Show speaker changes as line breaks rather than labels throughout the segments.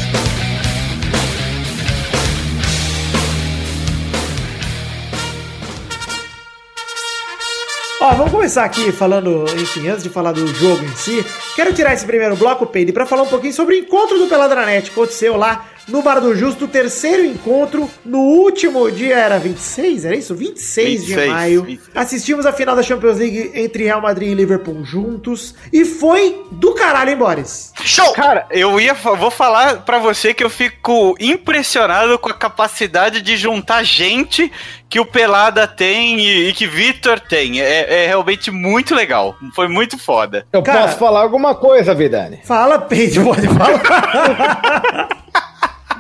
Ó, vamos começar aqui falando, enfim, antes de falar do jogo em si, quero tirar esse primeiro bloco, Peide, pra falar um pouquinho sobre o encontro do Peladranet, que aconteceu lá no Bar do Justo, o terceiro encontro, no último dia, era 26, era isso? 26, de
26,
maio.
26.
Assistimos a final da Champions League entre Real Madrid e Liverpool juntos, e foi do caralho, hein, Boris?
Show!
Cara, eu ia fa- vou falar pra você que eu fico impressionado com a capacidade de juntar gente que o Pelada tem e, e que Vitor tem. É, é realmente muito legal. Foi muito foda.
Eu
Cara.
posso falar alguma coisa, Vidani?
Fala, Peide, pode falar.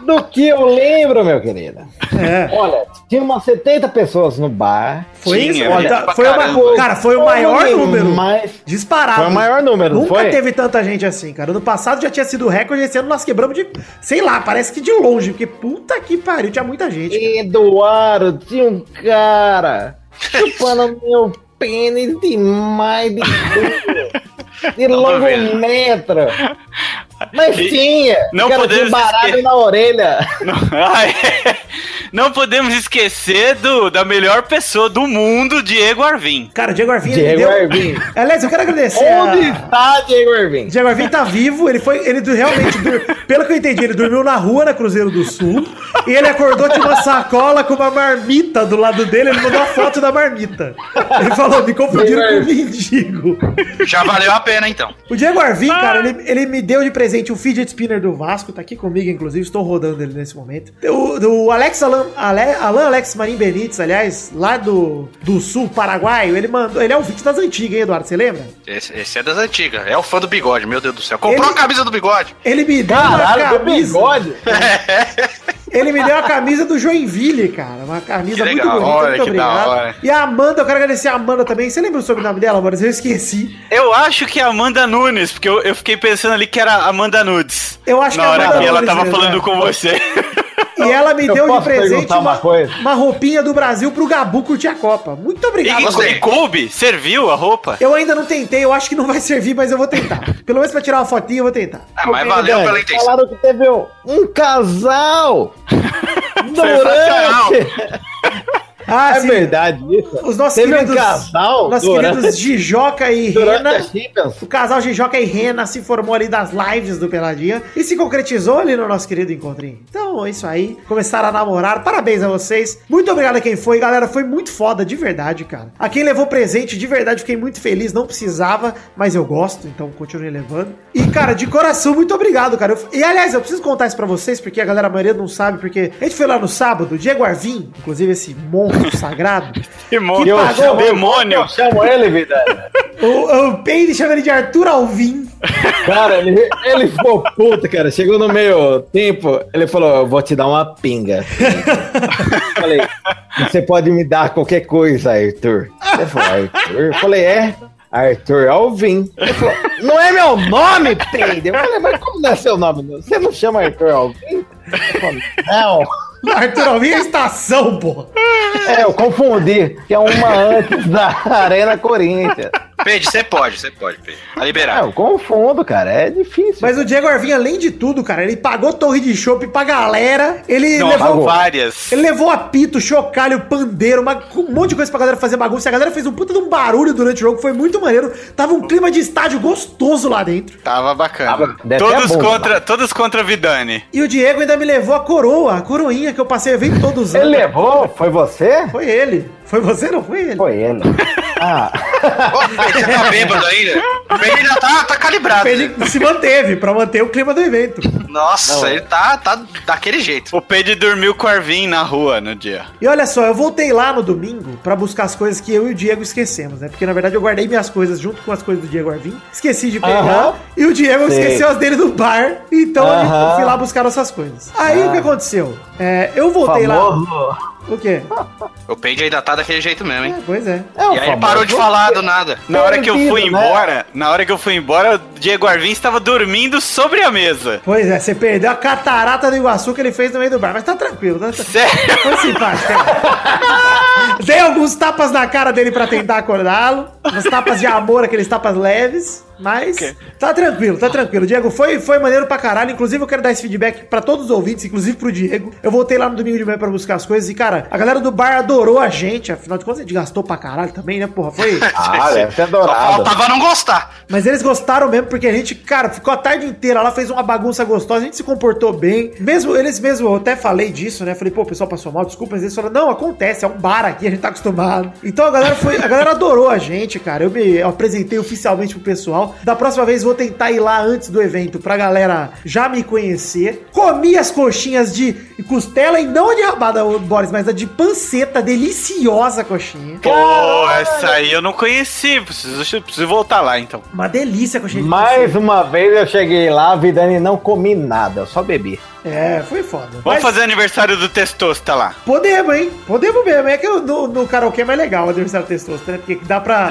Do que eu lembro, meu querido.
é.
Olha, tinha umas 70 pessoas no bar.
Foi
Tinha,
isso?
é
Ó,
verdade
tá-
pra
foi uma-
caramba.
cara, foi o maior número.
Mas
Disparado.
Foi o maior número, não
Nunca
foi?
teve tanta gente assim, cara. Ano passado já tinha sido recorde, esse ano nós quebramos de. Sei lá, parece que de longe, porque puta que pariu, tinha muita gente. cara.
Eduardo, tinha um cara chupando meu pênis demais de duro, de
Tava
longo
vendo.
metro. Mas
E
tinha,
não
o cara
podemos
tinha baralho
esquecer.
na orelha.
Não, Ah, é. Não podemos esquecer do, da melhor pessoa do mundo, Diego Arvim.
Cara, o Diego Arvinho ele
Diego Arvim.
Aliás, eu quero agradecer. a-
Onde está Diego Irving?
Diego Arvim tá vivo, ele foi. Ele do- realmente. dur- Pelo que eu entendi, ele dormiu na rua na Cruzeiro do Sul. E ele acordou de uma sacola com uma marmita do lado dele. Ele mandou a foto da marmita. Ele falou: me confundiram com o mendigo.
Já valeu a pena então.
O Diego Arvim, cara, ele, ele me deu de presente o fidget spinner do Vasco, tá aqui comigo, inclusive, estou rodando ele nesse momento. O, o Alex Alan, Ale- Alan Alex Marim Benítez, aliás, lá do, do sul, paraguaio, ele mandou. Ele é ouvinte das antigas, hein, Eduardo? Você lembra?
Esse, esse é das antigas. É o fã do bigode, meu Deus do céu. Comprou
Ele-
a camisa do bigode.
Ele me deu
Caralho,
uma
do
camisa.
bigode.
Ele me deu a camisa do Joinville, cara. Uma camisa
Que
muito
legal,
bonita,
olha,
muito
que da hora.
obrigado. E a Amanda, eu quero agradecer a Amanda também. Você lembra o sobrenome dela, Boris? Eu esqueci.
Eu acho que é Amanda Nunes, porque eu, eu fiquei pensando ali que era Amanda Nudes.
Eu acho
Na
que é
hora
Amanda
que ela
Nunes
tava
mesmo,
falando
é.
com você.
E ela me
Eu
deu de
posso
presente
perguntar uma
uma,
coisa?
uma roupinha do Brasil pro Gabu curtir a Copa. Muito
E,
obrigado,
e,
Gabu.
e coube? Serviu a roupa?
Eu ainda não tentei, eu acho que não vai servir, mas eu vou tentar. Pelo menos pra tirar uma
É,
fotinha, eu vou tentar.
Ah, mas valeu
Vidani,
pela intenção.
Falaram que teve um, um casal
Sensacional.
Durante!
Ah,
É
sim.
verdade isso.
Os nossos
Teve um
queridos.
casal
nossos
durante-
queridos Jijoca e
Durante
Rena.
as Champions,
O casal Jijoca e Rena se formou ali das lives do Peladinha e se concretizou ali no nosso querido encontrinho. Então é isso aí. Começaram a namorar. Parabéns a vocês. Muito obrigado a quem foi, galera. Foi muito foda, de verdade, cara. A quem levou presente, de verdade, fiquei muito feliz. Não precisava, mas eu gosto, então continue levando. E, cara, de coração, muito obrigado, cara. Eu- e aliás, eu preciso contar isso pra vocês, porque a galera, a maioria não sabe, porque a gente foi lá no sábado, o Diego Arvim, inclusive esse monstro sagrado.
Demônio.
Que
Eu
pagou-
chamo-
Eu
Demônio.
chamo ele, Vidal.
O, o Peide chama ele de Arthur Alvim.
Cara, ele, ele ficou puto, cara. Chegou no meio tempo, ele falou: Eu vou te dar uma pinga. Eu falei: Você pode me dar qualquer coisa, Arthur. Ele falou: Arthur? Eu falei: É. Arthur Alvim. Ele falou, não é meu nome, Pedro. Eu falei, mas como não é seu nome? não? Você não chama Arthur Alvim? Ele falou, não.
Arthur Alvim é a estação, pô.
É, eu confundi, que é uma antes da Arena Corinthians.
Pede, você pode, você pode, Pede. Tá
Ah,
liberado.
eu confundo, cara. É difícil.
Mas o Diego Arvinha, além de tudo, cara, ele pagou torre de chopp pra galera. Ele
Não,
levou.
pagou.
várias.
Ele levou apito, chocalho, pandeiro, uma- um monte de coisa pra galera fazer bagunça. E A galera fez um puta de um barulho durante o jogo, foi muito maneiro. Tava um clima de estádio gostoso lá dentro.
Tava bacana.
Deve ter
Todos
a bomba.
contra, todos contra Vidani.
E o Diego ainda me levou a coroa, a coroinha que eu passei o evento todos os
Ele
anos.
levou? Foi você?
Foi ele. Foi você, não foi ele?
Foi ele. Ah,
Ô, Pede, você tá bêbado ainda? O Pede ainda tá, tá calibrado.
Ele se manteve pra manter o clima do evento.
Nossa,
é.
ele tá, tá daquele jeito.
O Pedro dormiu com o Arvin na rua no dia.
E olha só, eu voltei lá no domingo pra buscar as coisas que eu e o Diego esquecemos, né? Porque na verdade eu guardei minhas coisas junto com as coisas do Diego Arvim, esqueci de pegar,
Aham.
e o Diego
Sei.
esqueceu as dele no bar, então a gente-
Aham. Ah.
eu fui lá buscar nossas coisas. Aí o que aconteceu? É, eu voltei
famoso. Ah.
lá. O quê?
O Pede ainda tá daquele jeito mesmo, hein?
É, pois é.
É o
E aí ele
famoso.
parou de falar do nada.
Na hora que eu fui
Perdido, né?
embora, na hora que eu fui embora, o Diego Arvin estava dormindo sobre a mesa.
Pois é, você perdeu a catarata do Iguaçu que ele fez no meio do bar, mas tá tranquilo, tá tranquilo.
Sério?
Foi simpático. cara. Dei alguns tapas na cara dele pra tentar acordá-lo. Uns tapas de amor, aqueles tapas leves. Mas tá tranquilo, tá tranquilo. Diego, foi, foi maneiro pra caralho. Inclusive, eu quero dar esse feedback pra todos os ouvintes, inclusive pro Diego. Eu voltei lá no domingo de manhã pra buscar as coisas e, cara, a galera do bar adorou a gente. Afinal de contas, a gente gastou pra caralho também, né, porra? Foi...
Ah, deve ter
Só
dourado.
faltava não gostar.
Mas eles gostaram mesmo, porque a gente, cara, ficou a tarde inteira lá, fez uma bagunça gostosa, a gente se comportou bem. Mesmo eles mesmo, eu até falei disso, né? Falei, pô, o pessoal passou mal, desculpa, mas eles falaram, não, acontece, é um bar aqui, a gente tá acostumado. Então a galera foi, a galera adorou a gente, cara. Eu me apresentei oficialmente pro pessoal. Da próxima vez vou tentar ir lá antes do evento pra galera já me conhecer. Comi as coxinhas de costela e não a de rabada, ô, Boris, mas a de panceta, deliciosa coxinha.
Pô, essa aí eu não conheci. Preciso, preciso voltar lá então.
Uma delícia a coxinha de panceta.
Mais uma vez eu cheguei lá, a Vidani não comi nada, eu só bebi.
É, foi foda.
Vamos
Mas-
fazer aniversário do Testosta lá.
Podemos, hein? Podemos mesmo. É que no, no karaokê é mais legal o adversário testoso, né? Porque dá pra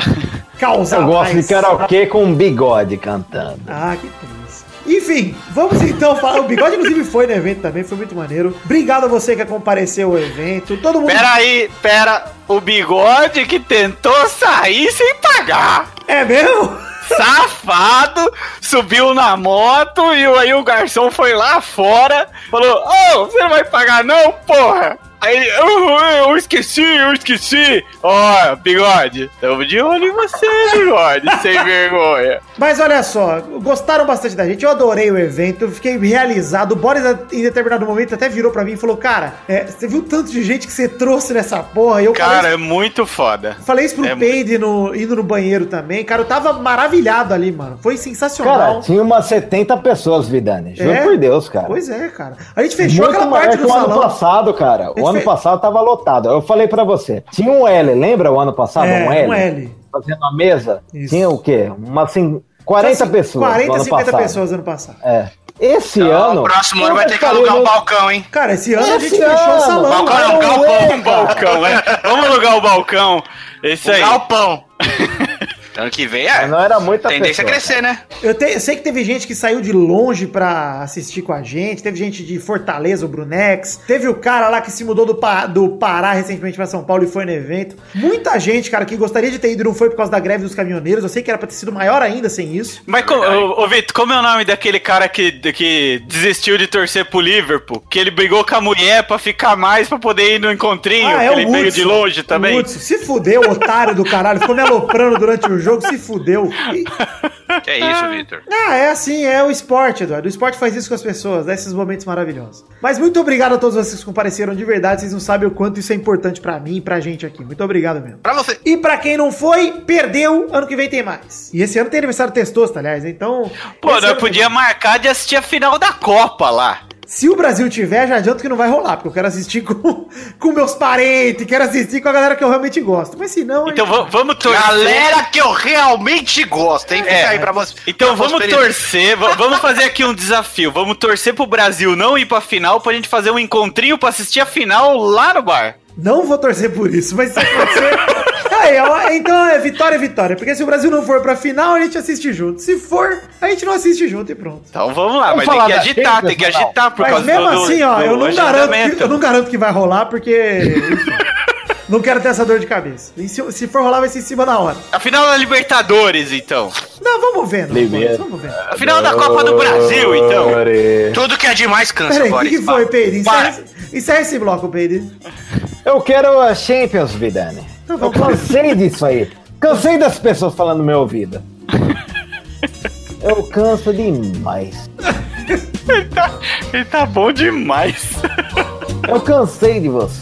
causar
Eu gosto
mais.
de karaokê com um bigode cantando.
Ah, que triste. Enfim, vamos então falar. O Bigode, inclusive, foi no evento também, foi muito maneiro. Obrigado a você que compareceu ao evento. Todo mundo.
Pera aí, pera. O bigode que tentou sair sem pagar.
É mesmo?
Safado, subiu na moto e aí o garçom foi lá fora, falou: Ô, você não vai pagar não, porra? Aí ele, "Eu- eu esqueci, eu esqueci. Ó, bigode, tamo de olho em você, bigode, sem vergonha.
Mas olha só, gostaram bastante da gente, eu adorei o evento, eu fiquei realizado. O Boris, em determinado momento, até virou pra mim e falou: Cara, é, você viu o tanto de gente que você trouxe nessa porra? E eu falei,
Cara, é muito foda.
Falei isso pro
É
Peide no, indo no banheiro também. Cara, eu tava maravilhado ali, mano. Foi
Cara,
sensacional.
tinha umas 70 pessoas, Vidani. Juro
É?
por Deus, cara.
Pois é, cara. A gente fechou
Muito
aquela
maior
parte
que
do
o ano
salão. Tipo
passado, cara.
Ele
O ano
fe-
passado tava lotado. Eu falei pra você. Tinha um L, lembra o ano passado?
É,
um L?
um L.
Fazendo a mesa.
Isso.
Tinha o quê? Umas assim, 40
Assim,
pessoas. 40,
40, 50
passado.
pessoas ano passado.
É. Esse
Então,
ano.
o próximo ano vai
eu
ter que
falei,
alugar um
né?
balcão, hein?
Cara, esse ano a gente
Esse
fechou o
ano,
salão.
balcão
cara.
não,
Não,
Galpão,
é,
balcão, é. Vamos alugar o balcão. Isso
O
aí.
galpão. Ano que vem é.
Não era muita
Tendência a
pessoa,
crescer, né?
Eu te- sei que teve gente que saiu de longe pra assistir com a gente, teve gente de Fortaleza, o Brunex, teve o cara lá que se mudou do, Pa- do Pará recentemente pra São Paulo e foi no evento. Muita gente, cara, que gostaria de ter ido e não foi por causa da greve dos caminhoneiros. Eu sei que era pra ter sido maior ainda sem isso.
Mas, como, ô, ô, Vitor, como é o nome daquele cara que, que desistiu de torcer pro Liverpool? Que ele brigou com a mulher pra ficar mais pra poder ir no encontrinho?
Ah,
que ele veio de longe também?
é O Hudson. Se fudeu, otário do caralho. Ficou me aloprando durante o jogo, se fudeu. E-
Que é isso, Victor.
Ah, é assim, é o esporte, Eduardo. O esporte faz isso com as pessoas, dá esses momentos maravilhosos. Mas muito obrigado a todos vocês que compareceram de verdade. Vocês não sabem o quanto isso é importante pra mim e pra gente aqui. Muito obrigado mesmo.
Pra você.
E pra quem não foi, perdeu. Ano que vem tem mais. E esse ano tem aniversário testosta, aliás. Então.
Pô,
esse
nós
ano que
podíamos marcar de assistir a final da Copa lá.
se o Brasil tiver, já adianto que não vai rolar, porque eu quero assistir com, com meus parentes, quero assistir com a galera que eu realmente gosto. Mas se não.
Então
aí-
va- vamos torcer.
Galera que eu realmente gosto, hein? Fica
É.
aí pra você.
Então
pra
vamos
prosperidade.
torcer, va- vamos fazer aqui um desafio. Vamos torcer pro Brasil não ir pra final pra gente fazer um encontrinho pra assistir a final lá no bar.
Não vou torcer por isso, mas se acontecer. Aí, ó, então é vitória, vitória. Porque se o Brasil não for pra final, a gente assiste junto. Se for, a gente não assiste junto e pronto.
Então vamos lá,
Vamos
mas tem
falar
que
da
agitar,
Champions,
tem que
Ronaldo?
agitar por
Mas
causa
mesmo
do-
assim, ó,
do
eu não, garanto
agendamento.
que, eu não garanto que vai rolar, porque. enfim, não quero ter essa dor de cabeça. E se, se for rolar, vai ser em cima da hora.
A final da Libertadores, então.
Não, vamos vendo.
Limeira.
Vamos vendo.
A final da Copa do Brasil, então.
Tudo que é demais cansa,
Peraí, o que,
Boris.
que foi, Peide? Encerra,
Para.
esse- encerra esse bloco, Peide.
Eu quero a Champions, Vidani.
Então
Eu
vamos lá.
cansei disso aí. Cansei das pessoas falando no meu ouvido. Eu canso demais.
Ele tá bom demais.
Eu cansei de você.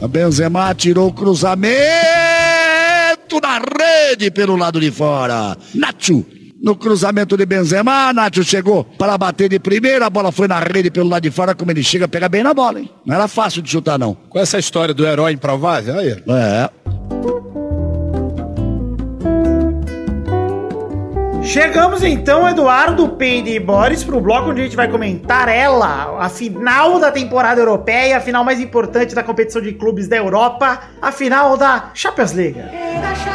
A Benzema tirou o cruzamento na rede pelo lado de fora. Nacho, no cruzamento de Benzema, Nacho chegou para bater de primeira, a bola foi na rede pelo lado de fora, como ele chega, pega bem na bola, hein? Não era fácil de chutar, não.
Com essa história do herói improvável, aí.
É.
Chegamos então, Eduardo, Peide e Boris, pro bloco onde a gente vai comentar ela, a final da temporada europeia, a final mais importante da competição de clubes da Europa, a final da Champions League.
The champions,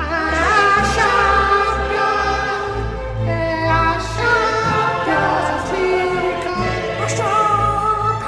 our champions,
é
our champions, as we come,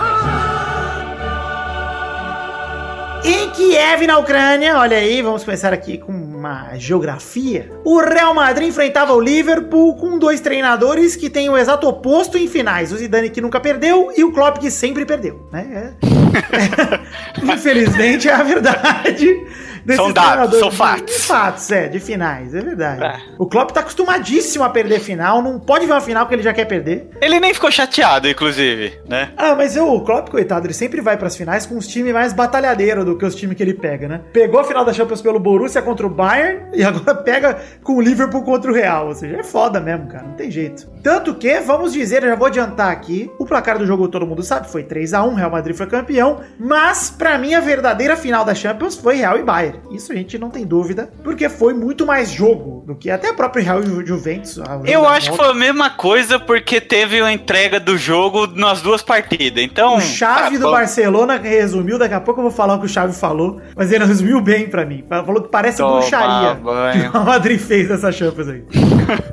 our champions.
Em Kiev, na Ucrânia, olha aí, vamos começar aqui com uma geografia. O Real Madrid enfrentava o Liverpool com dois treinadores que têm o exato oposto em finais. O Zidane que nunca perdeu e o Klopp que sempre perdeu, né? É. Infelizmente é a verdade. desses
São dados,
treinadores.
são fatos.
Fatos, é, de finais, é verdade. O Klopp tá acostumadíssimo a perder final, não pode ver uma final que ele já quer perder.
Ele nem ficou chateado, inclusive, né?
Ah, mas eu, o Klopp, coitado, ele sempre vai pras finais com os times mais batalhadeiros do que os times que ele pega, né? Pegou a final da Champions pelo Borussia contra o Bayern e agora pega com o Liverpool contra o Real. Ou seja, é foda mesmo, cara, não tem jeito. Tanto que, vamos dizer, eu já vou adiantar aqui, o placar do jogo todo mundo sabe, foi 3 a 1 Real Madrid foi campeão, mas pra mim a verdadeira final da Champions foi Real e Bayern. Isso a gente não tem dúvida, porque foi muito mais jogo do que até o próprio Real e Ju- Juventus. o jogo
Eu
da
acho que
volta.
foi a mesma coisa porque teve uma entrega do jogo nas duas partidas. Então.
O Chave
ah,
do
bom,
Barcelona resumiu, daqui a pouco eu vou falar o que o Chave falou, mas ele resumiu bem pra mim. Falou que parece
Toma
bruxaria
banho.
que o Madrid fez nessa Champions aí.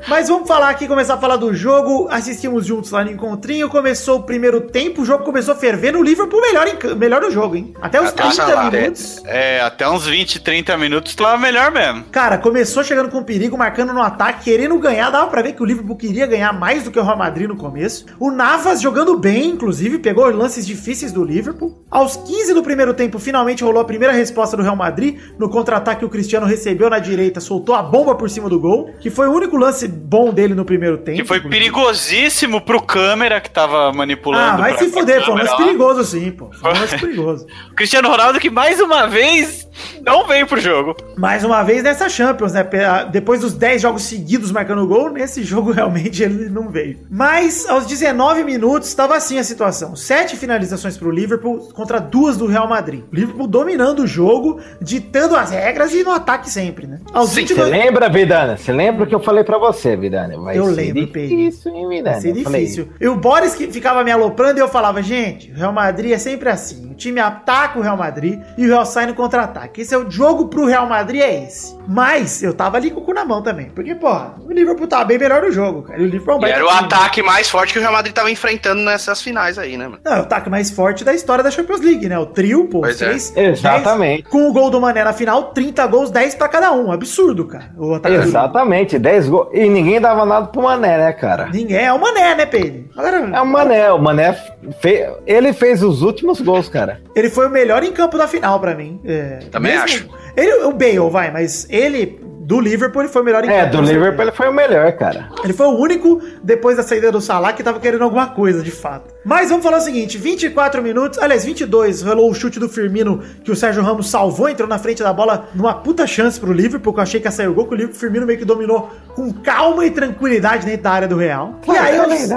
mas vamos falar aqui, começar a falar do jogo, assistimos juntos lá no encontrinho, começou o primeiro tempo, o jogo começou fervendo, o Liverpool melhor, em, ca- melhor o jogo, hein? Até os
Até
Tá
o
30
salário.
minutos.
É, até uns 20, 30 minutos tava melhor mesmo.
Cara, começou chegando com perigo, marcando no ataque, querendo ganhar. Dava pra ver que o Liverpool queria ganhar mais do que o Real Madrid no começo. O Navas jogando bem, inclusive, pegou lances difíceis do Liverpool. Aos 15 do primeiro tempo, finalmente rolou a primeira resposta do Real Madrid. No contra-ataque, o Cristiano recebeu na direita, soltou a bomba por cima do gol, que foi o único lance bom dele no primeiro tempo. Ah,
Que foi
inclusive.
perigosíssimo pro câmera que tava manipulando.
Ah, vai
pra-
se
pra
fuder, pô.
câmera
Mas
lá.
perigoso sim, pô. Foi um lance perigoso.
Cristiano Ronaldo que mais uma vez não veio pro jogo.
Mais uma vez nessa Champions, né? Pe- a- Depois dos 10 jogos seguidos marcando gol, nesse jogo realmente ele não veio. Mas aos 19 minutos estava assim a situação: sete finalizações pro Liverpool contra duas do Real Madrid. Liverpool dominando o jogo, ditando as regras e no ataque sempre, né? Aos
Sim,
Você
22
lembra, Vidani? Você lembra o que eu falei pra você, Vidani? Vai
Eu
ser
lembro, Pedro.
difícil, hein, Vidani?
Vai ser
Eu falei,
difícil. E o Boris que ficava me aloprando e eu falava, gente, o Real Madrid é sempre assim. O time ataca o Real Madrid e o Real sai no contra-ataque. Esse é o jogo pro Real Madrid, é esse. Mas eu tava ali com o cu na mão também. Porque, porra, o Liverpool tava bem melhor no jogo, cara. E o Liverpool é um
E
baita
era o
time.
ataque mais forte que o Real Madrid tava enfrentando nessas finais aí, né, mano?
Não, é o ataque mais forte da história da Champions League, né? O trio, pô, os
Pois é.
três.
Exatamente.
dez- com o gol do Mané na final, 30 gols, 10 pra cada um. Absurdo, cara. O ataque do-
Exatamente, 10 gols. E ninguém dava nada pro Mané, né, cara?
Ninguém é o Mané, né, Pedro? Agora,
É o Mané, o Mané fe... ele fez os últimos gols, cara.
Ele foi o melhor em campo da final pra mim. É,
Também acho.
Ele, o Bale, vai, mas ele, do Liverpool, ele foi o melhor em
É,
campo.
do Liverpool ele foi o melhor, cara.
Ele foi o único, depois da saída do Salah, que tava querendo alguma coisa, de fato. Mas vamos falar o seguinte, 24 minutos, aliás, 22, rolou o chute do Firmino, que o Sérgio Ramos salvou, entrou na frente da bola, numa puta chance pro Liverpool, que eu achei que ia sair o gol, que o Liverpool- Firmino meio que dominou com calma e tranquilidade dentro da área do Real. E
é
aí, aos,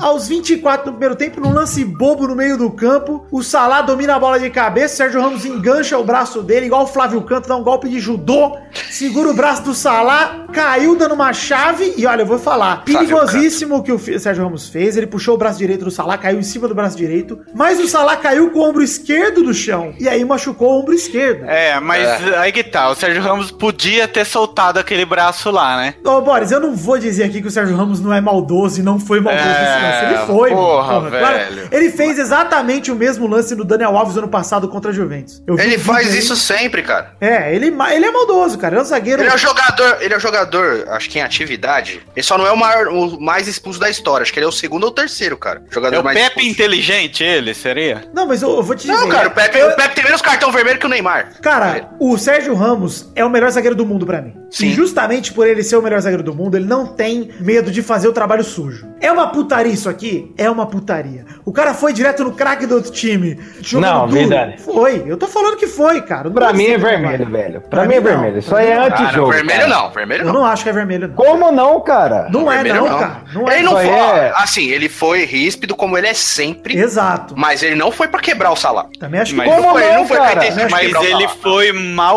aos 24 do primeiro tempo, num lance bobo no meio do campo, o Salah domina a bola de cabeça, Sérgio Ramos engancha o braço dele, igual o Flávio Canto, dá um golpe de judô, segura o braço do Salah, caiu dando uma chave, e olha, eu vou falar,
Flávio
perigosíssimo o que o Fi- Sérgio Ramos fez, ele puxou o braço direito do Salah, caiu em cima do braço direito, mas o Salah caiu com o ombro esquerdo do chão, e aí machucou o ombro esquerdo.
É, mas aí que tá. O Sérgio Ramos podia ter soltado aquele braço lá, né?
Ô, Boris, eu não vou dizer aqui que o Sérgio Ramos não é maldoso e não foi
É,
maldoso nesse lance. Ele foi. mano.
porra, velho.
Ele fez exatamente o mesmo lance do Daniel Alves ano passado contra a Juventus. Eu vi
Ele
o vídeo
faz
aí.
isso sempre, cara.
É, ele, ma- ele é maldoso, cara. Ele é um zagueiro.
Ele é um jogador, ele é um jogador, acho que em atividade. Ele só não é o, maior, o mais expulso da história. Acho que ele é o segundo ou terceiro, cara. Jogador
É o
mais
Pepe
expulso.
inteligente, ele seria?
Não, mas eu, eu vou te dizer.
Não, cara, o Pepe, é
eu-
o Pepe tem menos cartão vermelho que o Neymar.
É.
Cara, o Sérgio Ramos é o melhor zagueiro do mundo pra mim.
Sim.
E justamente por ele ser o melhor zagueiro do mundo, ele não tem medo de fazer o trabalho sujo. É uma putaria isso aqui? É uma putaria. O cara foi direto no craque do outro time. jogando
Não,
duro.
verdade.
Foi. Eu tô falando que foi, cara. Eu não
Pra
tô
mim é
dizendo que não
vermelho,
vai.
velho. Pra, mim é
não.
vermelho. Isso aí é
Pra mim
Ah,
antijogo.
não, vermelho
cara.
não, vermelho
não. Eu
não.
não acho que é vermelho, não.
Como não, cara?
Não é,
vermelho
não, cara. Não é.
ele não
Isso
foi,
aí é-
assim, ele foi ríspido como ele é sempre,
Exato.
mas ele não foi pra quebrar o salário.
Também acho que.
Mas-
Ele
Como
não foi, ele
não,
não foi
cara?
pra intenção de
Mas
quebrar o
ele
Salah.
foi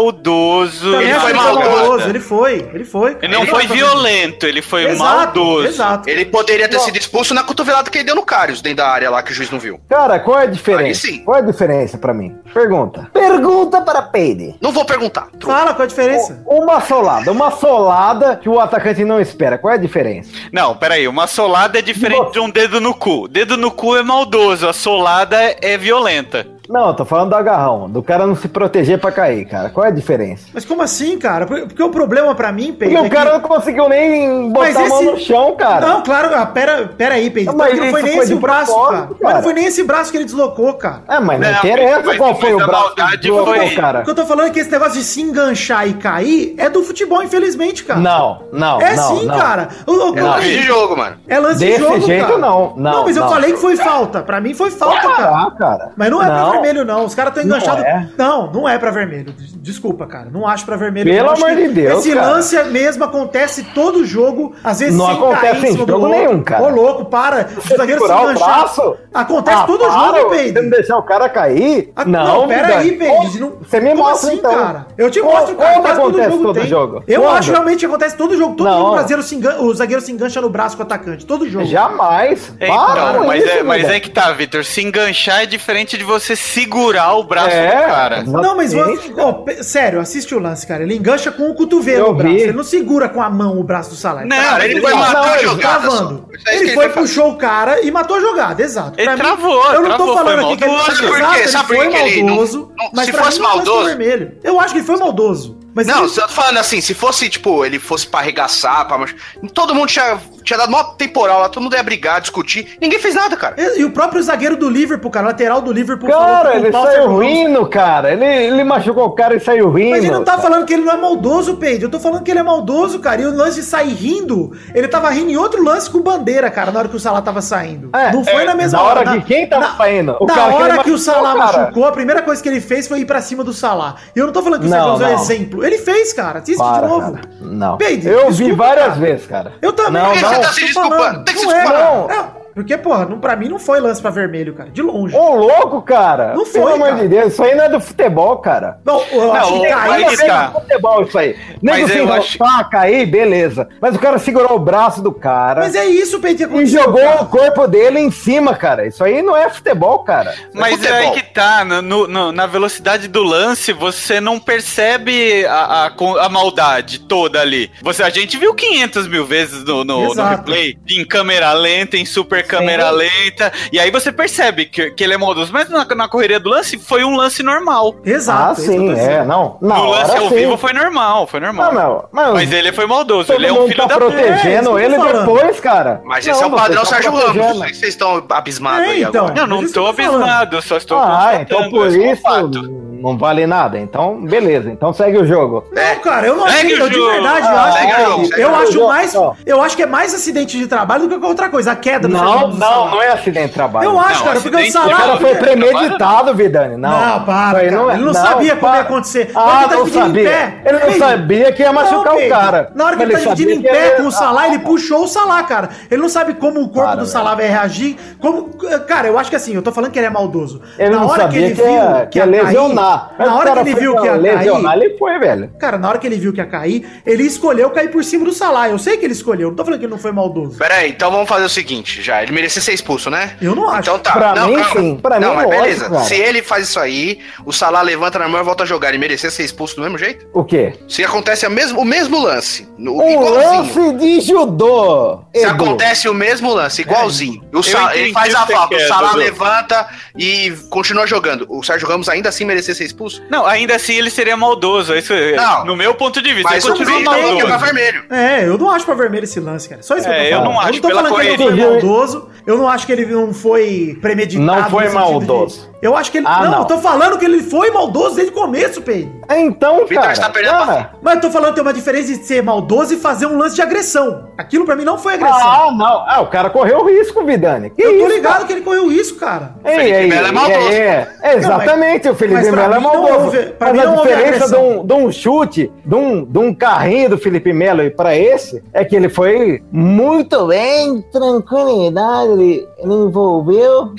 maldoso.
Também
ele
acho
foi
que
maldoso.
Ele foi, ele foi.
Ele não foi violento, ele foi
Exato,
maldoso.
Exato.
Ele poderia ter sido expulso na cotovelada que ele deu no Carius, dentro da área lá que o juiz não viu.
Cara, qual é a
Aí
diferença?
sim.
Qual é a diferença pra mim? Pergunta. Pergunta para Peide.
Não vou perguntar. Tru-
Fala qual a diferença.
Uma solada, uma solada que o atacante não espera. Qual é a diferença?
Não, peraí, uma solada é diferente de um dedo no cu. Dedo no cu é maldoso, a solada é violenta.
Não, eu tô falando do agarrão, do cara não se proteger pra cair, cara. Qual é a diferença?
Mas como assim, cara? Por- Porque o problema pra mim, Pedro.
Porque
é
o
que-
cara não conseguiu nem botar a mão no chão, cara.
Não, claro, ah, pera, pera aí, Pedro.
Mas
Então, não foi
isso
nem
foi
esse
de
braço, cara.
propósito,
Mas não
cara.
foi nem esse braço que ele deslocou, cara.
É, mas não,
Não,
interessa
mas-
qual
mas
foi o
a
braço
maldade
do outro,
foi-
O
cara.
que eu tô falando é que esse negócio de se enganchar e cair é do futebol, infelizmente, cara.
Não, não,
É
não,
sim,
não.
cara. O, o,
É
o-
lance de jogo, mano.
é lance
Desse
de jogo,
jeito,
cara.
não, não,
mas eu
não.
falei que foi falta. Pra mim foi falta, cara.
Ah, cara.
Mas não é pra vermelho, não. Os caras estão
Não
enganchados.
é.
Não, não é pra vermelho. Des- Desculpa, cara. Não acho pra vermelho.
Pelo
Eu acho
amor
que
de Deus,
Esse
cara.
lance é mesmo acontece todo jogo. Às vezes
Não acontece em
do
jogo
outro.
nenhum, cara.
Ô, louco, para. Os zagueiros se
Segurar o
engancharam.
braço?
Acontece
Ah,
todo
para,
jogo,
Você não
Peide.
deixar o cara cair?
Ah,
não,
não, pera aí,
Vidani.
Peide, não-
Você me
Como
mostra,
assim,
então.
cara? Eu te
Quando-
mostro, cara.
Quando
Quase
acontece todo,
tem.
jogo?
Eu
Quando?
acho realmente que é acontece todo jogo. Todo
Não.
jogo o, brasileiro se engan... o zagueiro se engancha no braço com o atacante. Todo jogo.
Jamais.
É,
Para
então,
com
mas,
isso,
é, mas
Vidani.
é que tá, Vitor. Se enganchar é diferente de você segurar o braço
É,
do cara.
Não, mas
exatamente,
você, Ô, pe- sério, assiste o lance, cara. Ele engancha com o cotovelo
Eu
o braço.
vi.
Ele não segura com a mão o braço do salário.
Não,
Cara, ele foi
não,
matar a
ele
jogada só.
Travando.
É isso
Ele
que
foi,
faz.
puxou o cara e matou a jogada, exato.
Ele
Pra mim,
travou,
Eu não tô
travou,
falando
foi
aqui que ele
maldoso.
Sabe por
Exato,
quê?
ele
Sabe por
foi
que ele não-
maldoso.
não-
mas
se
pra
fosse
mim, não foi
maldoso-
vermelho. Eu acho que ele foi maldoso. Mas
Não,
ele-
só tô falando assim, se fosse, tipo, ele fosse pra arregaçar, pra mach... todo mundo tinha, tinha dado maior temporal lá, todo mundo ia brigar, discutir. Ninguém fez nada, cara.
E, e o próprio zagueiro do Liverpool, cara, lateral do Liverpool,
Cara,
que o
ele
Paulo
saiu
Sérgio Ramos-
rindo, cara. Ele, ele machucou o cara e saiu rindo.
Mas ele não tá
cara.
falando que ele não é maldoso, Peide. Eu tô falando que ele é maldoso, cara. E o lance de sair rindo, ele tava rindo em outro lance com bandeira, cara, na hora que o Salah tava saindo.
É,
não foi
é,
na mesma
na hora
Na-
que quem tava
na-
saindo? O
na
cara que ele
hora que, o
machucou,
Salah
cara.
machucou, a primeira coisa que ele fez foi ir pra cima do Salah. E eu não tô falando que o
Não,
Sérgio Ramos é
não.
exemplo. Ele fez, cara. Assiste
Para,
de novo.
cara. Não.
Peide,
eu vi
desculpa,
várias
cara.
vezes, cara.
Eu também. é
Não,
cara,
não.
Você tá
eu
se
tô
desculpando,
falando.
tem que se
Não é,
desculpar.
não. É, Porque, porra, não, pra mim não foi lance pra vermelho, cara. De longe.
Ô, louco, cara.
Não foi,
Pelo amor
cara.
de Deus, isso aí não é do futebol, cara.
Não, eu acho
Não,
que
o-
caiu.
mas-
Ainda bem que
cara.
é futebol isso aí. Nem
Mas
se
eu
enrolar,
acho-
cair, ah, beleza. Mas o cara segurou o braço do cara.
Mas é isso, Peide, que
E
aconteceu.
jogou
cara.
o corpo dele em cima, cara. Isso aí não é futebol, cara.
Mas é aí que tá, no- no- no- na velocidade do lance, você não percebe a, a co- a maldade toda ali. Você, a gente viu 500 mil vezes no, no- no
Exato.
replay, em câmera lenta, em super câmera lenta, e aí você percebe que, que ele é maldoso. Mas na, na correria do lance, foi um lance normal.
Exato.
Ah,
isso que eu tô
sim,
dizendo.
é, não. Na
no lance
hora,
ao
sim.
vivo foi normal, foi normal.
Não, não, mas-
mas... ele foi maldoso,
Todo
ele é um
mundo tá
filho da
É, isso
protegendo
que eu tô
ele
falando.
depois, cara.
Mas
Não,
esse é o
vocês
padrão
tão
Sérgio Ramos.
protegendo.
Aí vocês estão abismados
É,
aí
então.
agora.
Eu não
Mas isso
tô
que eu tô falando.
abismado, eu só estou
Ah,
constatando,
então por
esse é um
isso
fato.
não vale nada. Então, beleza. Então segue o jogo.
Não, cara, eu não
Segue
acho.
o
Eu de
jogo.
verdade eu
Ah,
acho.
segue o jogo,
eu
segue
eu
o
acho
jogo.
mais.
Ó.
Eu acho que é mais acidente de trabalho do que qualquer outra coisa. A queda do Fernando
Não,
Santos.
não, não é acidente de trabalho.
Eu acho,
Não,
cara, porque o
acidente de
O
Salah.
cara
trabalho
foi premeditado, Vidani. Não,
Não, para,
Isso aí
cara. Ele não sabia como ia acontecer. Na hora
Ah,
que ele tá
não
dividindo em
sabia.
pé,
Ele não
Pedro.
sabia que ia machucar
Não,
o
Pedro.
cara.
Na hora que
Mas
ele tá
sabia
dividindo em
que
pé
ele-
com o Salah, ele puxou o Salah, cara. Ele não sabe como o corpo
Para,
do
velho.
Salah vai reagir. Como... Cara, eu acho que assim, eu tô falando que ele é maldoso.
Ele não sabia que ia, que ia
cair,
lesionar. Mas
Na
o
hora que
cara
ele
foi
viu
pra
que ia
lesionar,
cair...
ele foi, velho.
Cara, na hora que ele viu que ia cair, ele escolheu cair por cima do Salah. Eu sei que ele escolheu. Não tô falando que ele não foi maldoso.
Pera aí, então vamos fazer o seguinte, já. Ele merecia ser expulso, né?
Eu não acho.
Então tá.
Pra
não,
mim, sim. Pra
não,
mim,
mas
lógico,
beleza.
cara.
Se ele faz isso aí, o Salah levanta na mão e volta a jogar. Ele merecia ser expulso do mesmo jeito?
O quê?
Se acontece a mesmo, o mesmo lance, no,
Um
igualzinho.
lance de judô.
Se
Edu.
acontece o mesmo
É.
lance, igualzinho. O Sa-
entendi
ele faz
o que
a
você
falta,
quer,
o Salah
Dudu.
levanta e continua jogando. O Sérgio Ramos ainda assim merecia ser expulso?
Não, ainda assim ele seria maldoso. Isso, é-
Não.
no meu ponto de vista,
Mas
ele
o
continua
Bruno também que é pra
maldoso.
vermelho.
É, eu não acho pra vermelho esse lance, cara. Só isso que
É,
eu tô
eu
falando.
não acho,
tô
pela
falando que ele não foi
correria.
maldoso. Eu não acho que ele não foi premeditado.
Não foi
no sentido
maldoso.
de- Eu acho que ele.
Ah,
não,
não.
eu tô falando que ele foi maldoso desde o começo, Pedro.
Então,
Vitor
cara. ah,
está perdendo a
cara.
paciência.
Mas eu tô falando que tem uma diferença de ser maldoso e fazer um lance de agressão. Aquilo pra mim não foi agressão.
Ah, não. Ah, o cara correu o risco, Vidani. Que
eu tô
isso,
ligado que ele correu isso, cara.
Ei,
Felipe
ei,
Melo é
ei,
maldoso.
é, é, exatamente,
Não, mas-
o Felipe
mas pra
Melo é
mim não
maldoso.
houve- pra mim
mas
não
a
houve
diferença de
agressão.
um, de um chute, de um, de um carrinho do Felipe Melo e pra esse, é que ele foi muito bem, tranquilidade, ele, ele envolveu.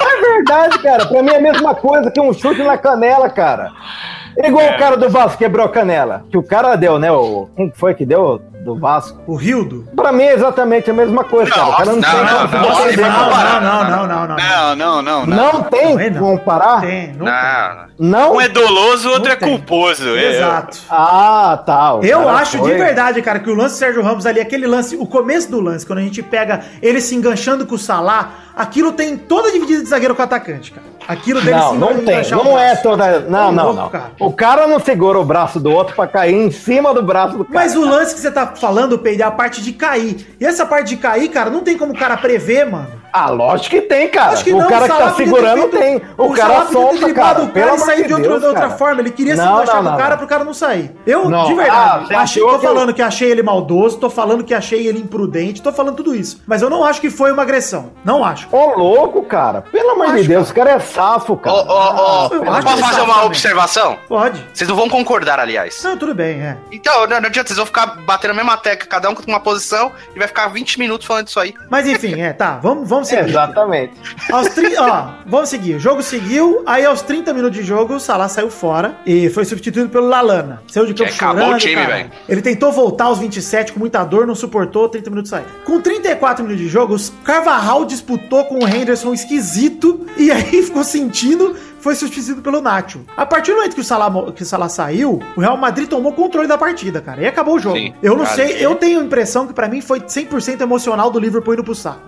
é verdade, cara. Pra mim é a mesma coisa que um chute na canela, cara. É igual o cara do Vasco quebrou a canela. Que o cara deu, né? O, quem que foi que deu do Vasco?
O Rildo.
Pra mim é exatamente a mesma coisa, cara. O cara não,
não,
tem
não,
como
não,
defender.
nem vai comparar.
não, não, não. não.
Não, não, não, não.
Não tem
Não é, não.
como comparar.
Tem, não tem.
Não,
Não.
Um é doloso, o outro é
tem.
culposo. É-
Exato.
Ah, tá. o
Eu
cara
acho
foi.
de verdade, cara, que o lance do Sérgio Ramos ali, aquele lance, o começo do lance, quando a gente pega ele se enganchando com o Salah, aquilo tem toda a dividida de zagueiro com o atacante, cara. Aquilo dele
Não,
se
não tem.
enganchar o
Não é
braço.
toda. Não,
Tá
não,
louco,
não.
cara.
O cara não segura o braço do outro pra cair em cima do braço do cara.
Mas o lance que você tá falando, Peide, é a parte de cair. E essa parte de cair, cara, não tem como o cara prever, mano.
Ah, lógico que tem, cara.
Acho que
o
não,
cara que
Salah
tá
podia
segurando
ter
tem.
feito-
O, cara
Salah podia ter
solta,
driblado
cara.
o cara
Pelo
e
amor
sair de outra,
Deus,
da outra
cara.
forma. Ele queria se
Não,
enganchar
não,
com o
não,
cara
não.
pro cara não sair. Eu,
Não.
de
Ah,
verdade,
você
achei,
achou
tô
que
falando que achei ele maldoso, tô falando que achei ele imprudente, tô falando tudo isso. Mas eu não acho que foi uma agressão. Não acho.
Ô, louco, cara. Pelo amor
Acho,
de Deus, o cara é safo,
Ô,
cara.
ô,
eu
ô,
acho
posso
que
fazer
tá
uma
também.
observação?
Pode.
Vocês não vão concordar, aliás.
Não, tudo bem, é.
Então, não, não adianta, vocês vão ficar batendo a mesma tecla, cada um com uma posição, e vai ficar 20 minutos falando disso aí.
Mas enfim, é, tá, vamos, vamos seguir.
Exatamente.
Aos 30, ó, vamos seguir. O jogo seguiu, aí aos 30 minutos de jogo, o Salah saiu fora e foi substituído pelo Lalana. Saiu de campo
Que acabou
chorando,
o time,
cara.
velho.
Ele tentou voltar aos 27 com muita dor, não suportou, 30 minutos saiu. Com 34 minutos de jogo, o Carvajal disputou com o Henderson esquisito e aí ficou sentindo, foi substituído pelo Nacho. A partir do momento que o Salah, mo- que o Salah saiu, o Real Madrid tomou controle da partida, cara. E acabou o jogo.
Sim.
eu não
Cara,
sei,
sim.
é.
eu tenho a impressão que pra mim foi 100% emocional do Liverpool indo pro saco.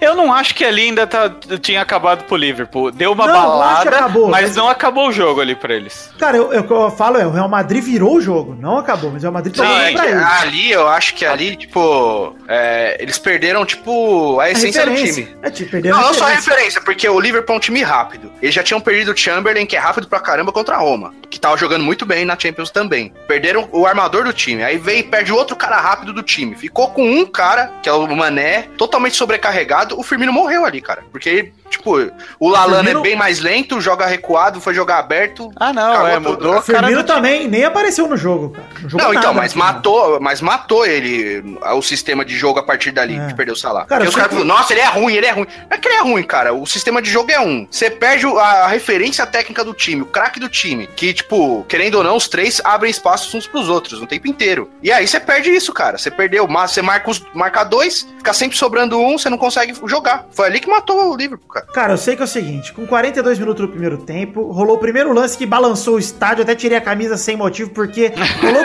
Eu não acho que ali ainda tá- tinha acabado pro Liverpool. Deu uma
Não, eu acho que
balada,
acabou,
mas
mas-
não acabou o jogo ali pra eles.
Cara, eu, eu- o que eu falo é, o Real Madrid virou o jogo, não acabou, mas o Real Madrid tomou
Não, é
pra
que
ele.
ali, eu acho que ali, tipo, é, eles perderam, tipo, a essência do time.
É, tipo, perdeu
Não,
a
não só a
referência.
referência, porque o Liverpool é um time rápido. Eles já tinham perdido o Chamberlain, que é rápido pra caramba, contra a Roma, que tava jogando muito bem na Champions também. Perderam o armador do time, aí veio e perde o outro cara rápido do time. Ficou com um cara, que é o Mané, totalmente sobrecarregado. O Firmino morreu ali, cara, porque, tipo, o Lalana
Firmino-
é bem mais lento, joga recuado, foi jogar aberto.
Ah, não,
Acabou
é,
tudo.
mudou a cara
Firmino
do time.
também nem apareceu no jogo, cara. Não, jogou
Não, então,
nada, assim, né?
mas
cara.
matou, mas matou ele ah, o sistema de jogo a partir dali,
É.
de perder o salário.
Cara,
Porque
eu
os caras
sempre-
falam, nossa, ele é ruim, ele é ruim. Não é que ele é ruim, cara. O sistema de jogo é um. Você perde o- a, a referência técnica do time, o craque do time. Que, tipo, querendo ou não, os três abrem espaços uns pros outros o tempo inteiro. E aí você perde isso, cara. Você perdeu. mas Você marca, os, marca dois, fica sempre sobrando um, você não consegue jogar. Foi ali que matou o Liverpool, cara.
Cara, eu sei que é o seguinte, com 42 minutos do primeiro tempo, rolou o primeiro lance que balançou o estádio, eu até tirei a camisa sem motivo, porque rolou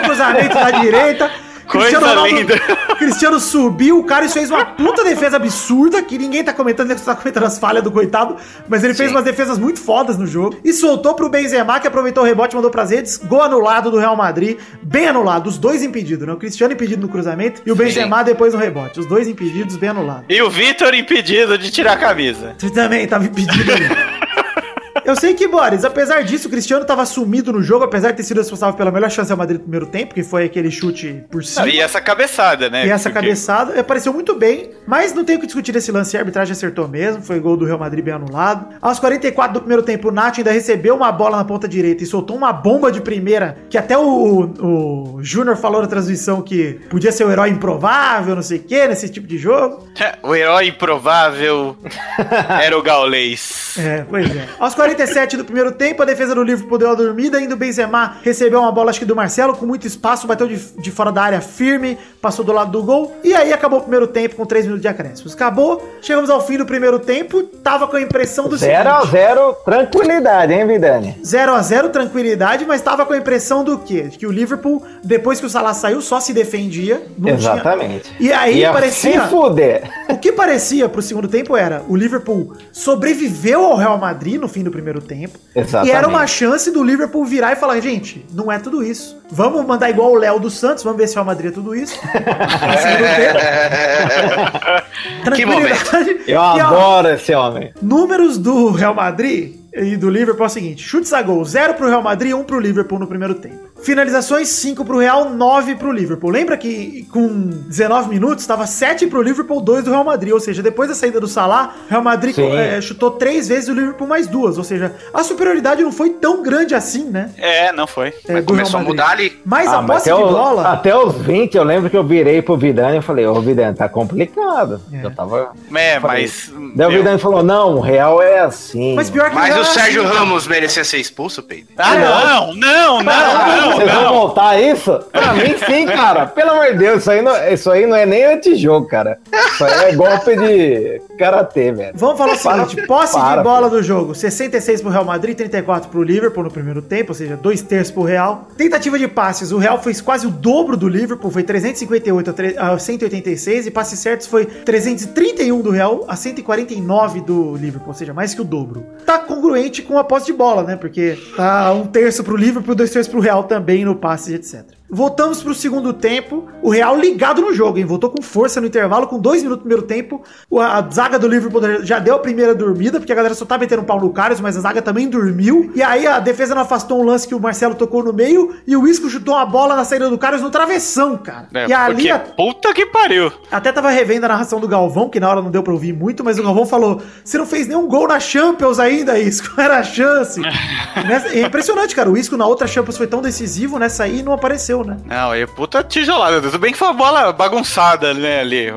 cruzamento da direita,
Coisa linda.
Cristiano subiu, o cara e fez uma puta defesa absurda, que ninguém tá comentando, você tá comentando as falhas do coitado, mas ele fez umas defesas muito fodas no jogo, e soltou pro Benzema, que aproveitou o rebote, mandou pras redes, gol anulado do Real Madrid, bem anulado, os dois impedidos, né? O Cristiano impedido no cruzamento, e o Benzema depois no rebote, os dois impedidos, bem anulado.
E o Vitor impedido de tirar a camisa.
Você também tava impedido ali. Eu sei que, Boris, apesar disso, o Cristiano tava sumido no jogo, apesar de ter sido responsável pela melhor chance do Madrid no primeiro tempo, que foi aquele chute por cima.
e essa cabeçada, né?
E essa
Porque-
cabeçada eh, pareceu muito bem, mas não tem o que discutir esse lance. A arbitragem acertou mesmo, foi gol do Real Madrid bem anulado. Aos 44 do primeiro tempo, o Nath ainda recebeu uma bola na ponta direita e soltou uma bomba de primeira, que até o, o, o Júnior falou na transmissão que podia ser o herói improvável, não sei o que, nesse tipo de jogo.
O herói improvável era o gaulês.
É, pois é. Aos 47 do primeiro tempo, a defesa do Liverpool deu a dormida, ainda o Benzema recebeu uma bola, acho que do Marcelo, com muito espaço, bateu de, de fora da área firme, passou do lado do gol, e aí acabou o primeiro tempo com 3 minutos de acréscimos. Acabou, chegamos ao fim do primeiro tempo, tava com a impressão do 0x0,
0x0, tranquilidade, hein, Vidani?
tranquilidade, mas tava com a impressão do quê? De que o Liverpool, depois que o Salah saiu, só se defendia. não tinha-
Exatamente.
E assim aí
Ia
parecia...
Se fuder.
O que parecia pro segundo tempo era o Liverpool sobreviveu ao Real Madrid no fim do primeiro tempo.
Exatamente.
E era uma chance do Liverpool virar e falar: gente, não é tudo isso. Vamos mandar igual o Léo dos Santos, vamos ver se o Real Madrid é tudo isso. No assim, segundo tempo.
Que momento.
Tranquilidade. E,
Eu
ó,
adoro esse homem.
Números do Real Madrid e do Liverpool é o seguinte: chutes a gol, 0 pro Real Madrid, 1 pro Liverpool no primeiro tempo. Finalizações, 5 pro Real, 9 pro Liverpool. Lembra que com 19 minutos estava 7 pro Liverpool, 2 do Real Madrid. Ou seja, depois da saída do Salah, o Real Madrid
Sim.
eh, chutou 3 vezes e o Liverpool mais duas. Ou seja, a superioridade não foi tão grande assim, né?
É, não foi.
eh,
Mas
do
começou a
Real Madrid.
mudar ali.
Mas
Ah,
a
mas
posse
até,
de
o-
bola.
até os 20, eu lembro que eu virei pro Vidani e falei, ô Vidani, tá complicado.
É.
Eu tava.
É,
eu falei.
mas.
Daí o
meu,
Vidani falou, não, o real é assim.
Mas pior que
Mas
não
o
era
Sérgio
assim, cara.
Ramos merecia ser expulso, Peide?
Ah, não, não, não, não,
Vocês vão
não.
voltar isso? Pra mim sim, cara. Pelo amor de Deus, isso aí não, isso aí não é nem antijogo, cara. Isso aí é golpe de karatê, velho.
Vamos falar o seguinte: posse de
para,
bola do jogo: 66 pro Real Madrid, 34 pro Liverpool no primeiro tempo, ou seja, dois terços pro Real. Tentativa de passes: o Real fez quase o dobro do Liverpool, foi 358 a, tre- a 186, e passes certos foi 331 do Real a 149 do Liverpool, ou seja, mais que o dobro. Tá congruente com a posse de bola, né? Porque tá um terço pro Liverpool, dois terços pro Real também no passe, etc. Voltamos pro segundo tempo, o Real ligado no jogo, hein? Voltou com força no intervalo, com dois minutos no primeiro tempo. O- A zaga do Liverpool já deu a primeira dormida, porque a galera só tá metendo um pau no Carlos, mas a zaga também dormiu. E aí a defesa não afastou um lance que o Marcelo tocou no meio e o Isco chutou a bola na saída do Carlos no travessão, cara.
É,
e ali
porque,
a-
puta que pariu.
até tava revendo a narração do Galvão, que na hora não deu pra ouvir muito, mas o Galvão falou: você não fez nenhum gol na Champions ainda, Isco, era a chance. Nessa- é impressionante, cara. O Isco na outra Champions foi tão decisivo, nessa aí não apareceu, né?
Não, é puta tijolada. Tudo bem que foi uma bola bagunçada, né, ali.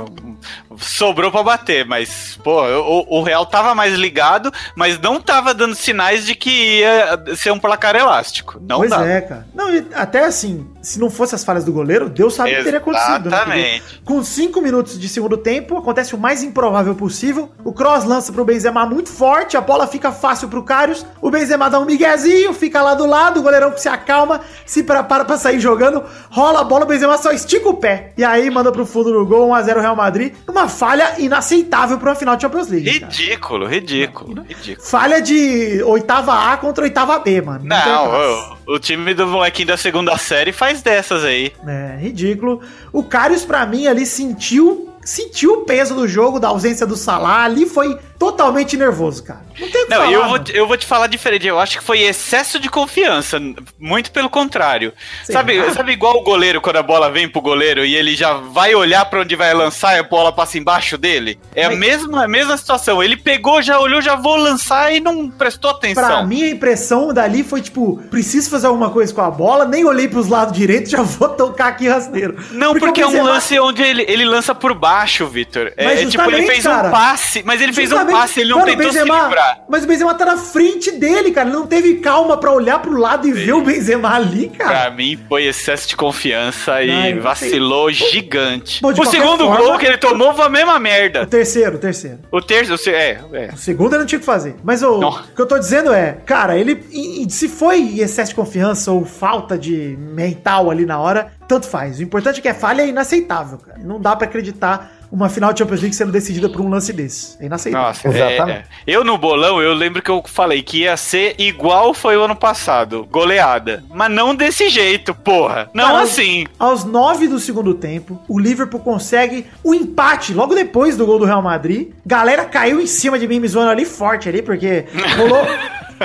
sobrou pra bater, mas, pô, o, o Real tava mais ligado, mas não tava dando sinais de que ia ser um placar elástico. Não
pois
dá.
é, cara. Não, e até assim, se não fosse as falhas do goleiro, Deus sabe o que teria acontecido. né, querido?
Exatamente.
Com cinco minutos de segundo tempo, acontece o mais improvável possível. O cross lança pro Benzema muito forte, a bola fica fácil pro Karius. O Benzema dá um miguezinho, fica lá do lado, o goleirão se acalma, se prepara pra sair jogando, rola a bola, o Benzema só estica o pé. E aí manda pro fundo do gol, 1x0 Real Madrid. Uma falha inaceitável pra uma final de Champions League. cara.
Ridículo, ridículo, ridículo.
Falha de oitava A contra oitava B, mano. tem graça.
Não, o, o time do molequinho da segunda série faz dessas aí.
É, ridículo. O Karius, pra mim, ali sentiu. Sentiu o peso do jogo, da ausência do Salah, ali foi totalmente nervoso, cara. Não tem o que
Não,
falar,
eu vou,
mano.
te- eu vou te falar diferente. Eu acho que foi excesso de confiança. Muito pelo contrário.
Será?
Sabe, sabe igual o goleiro, quando a bola vem pro goleiro e ele já vai olhar pra onde vai lançar e a bola passa embaixo dele? É a
Mas-
mesma, a mesma situação. Ele pegou, já olhou, já vou lançar e não prestou atenção.
Pra mim, a impressão dali foi tipo: preciso fazer alguma coisa com a bola, nem olhei pros lados direito, já vou tocar aqui rasteiro.
Não, porque,
o
é um
Benzema-
lance onde ele, ele lança por baixo, Vitor. É,
Mas
é tipo, ele
justamente,
fez
cara.
um passe, mas ele fez um
Justamente-
passe, ele não
Mano, o
tentou se livrar.
Mas o Benzema tá na frente dele, cara. Ele não teve calma pra olhar pro lado e ver o Benzema ali, cara.
Pra mim foi excesso de confiança e
Não, eu não
vacilou gigante.
Bom, de
o
qualquer
segundo
forma-
gol que ele tomou foi a mesma
O
merda.
terceiro, o terceiro.
O terceiro, o se- é, é.
O segundo ele não tinha o que fazer. Mas o,
Não.
o que eu tô dizendo é, cara, ele. e- e Se foi excesso de confiança ou falta de mental ali na hora, tanto faz. O importante é que a falha é inaceitável, cara. Não dá pra acreditar uma final de Champions League sendo decidida por um lance desse. É inaceitável.
Nossa,
Exatamente.
é, é. Eu no bolão, eu lembro que eu falei que ia ser igual foi o ano passado, goleada. Mas não desse jeito, porra. Não
Cara,
assim.
Aos nove do segundo tempo, o Liverpool consegue o empate logo depois do gol do Real Madrid. Galera caiu em cima de mim, me zoando ali forte ali, porque rolou,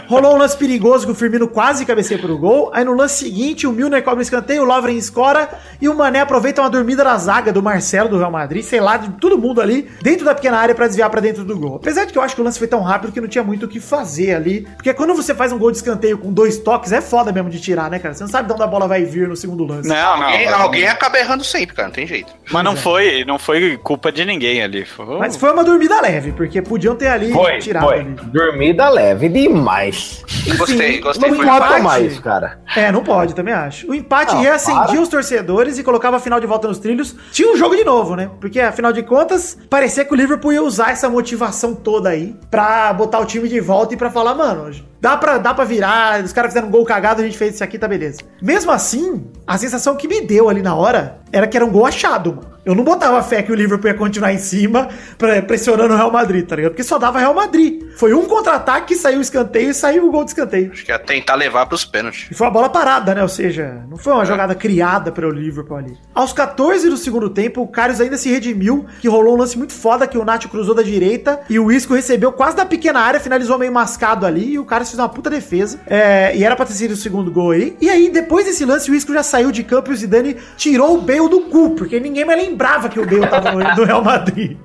rolou um lance perigoso que o Firmino quase cabeceia pro gol. Aí no lance seguinte, o Milner cobra escanteio, o Lovren escora e o Mané aproveita uma dormida na zaga do Marcelo do Real Madrid, sei lá, de todo mundo ali, dentro da pequena área pra desviar pra dentro do gol. Apesar de que eu acho que o lance foi tão rápido que não tinha muito o que fazer ali, porque quando você faz um gol de escanteio com dois toques, é foda mesmo de tirar, né, cara? Você não sabe de onde a bola vai vir no segundo lance.
Não, não.
Alguém,
mas-
alguém é acaba errando sempre, cara, não tem jeito.
Mas não foi, não foi culpa de ninguém ali. Foi-
é.
um-
Mas foi uma dormida leve, porque podiam ter ali
Foi,
tirado
foi.
ali.
Dormida leve demais.
Gostei, gostei.
não
Foi bom.
pode.
Mata
empate.
mais, cara.
É, não pode, também acho. O empate
Ah,
reacendia
para.
os torcedores e colocava a final de volta nos trilhos. Tinha um jogo de novo, né? Porque, afinal de contas, parecia que o Liverpool ia usar essa motivação toda aí pra botar o time de volta e pra falar, mano, dá pra, dá pra virar, os caras fizeram um gol cagado, a gente fez isso aqui, tá beleza. Mesmo assim, a sensação que me deu ali na hora era que era um gol achado, mano. Eu não botava fé que o Liverpool ia continuar em cima, pre- pressionando o Real Madrid, tá ligado? Porque só dava Real Madrid. Foi um contra-ataque, saiu o escanteio e saiu o gol de escanteio.
Acho que ia tentar levar pros pênaltis.
E foi uma bola parada, né? Ou seja, não foi uma jogada criada pelo Liverpool ali. Aos 14 do segundo tempo, o Karius ainda se redimiu, que rolou um lance muito foda que o Nacho cruzou da direita e o Isco recebeu quase da pequena área, finalizou meio mascado ali e o Karius fez uma puta defesa. É, e era pra ter sido o segundo gol aí. E aí, depois desse lance, o Isco já saiu de campo e o Zidane tirou o Bale do cu, porque ninguém mais lembrava que o Bale tava no do Real Madrid.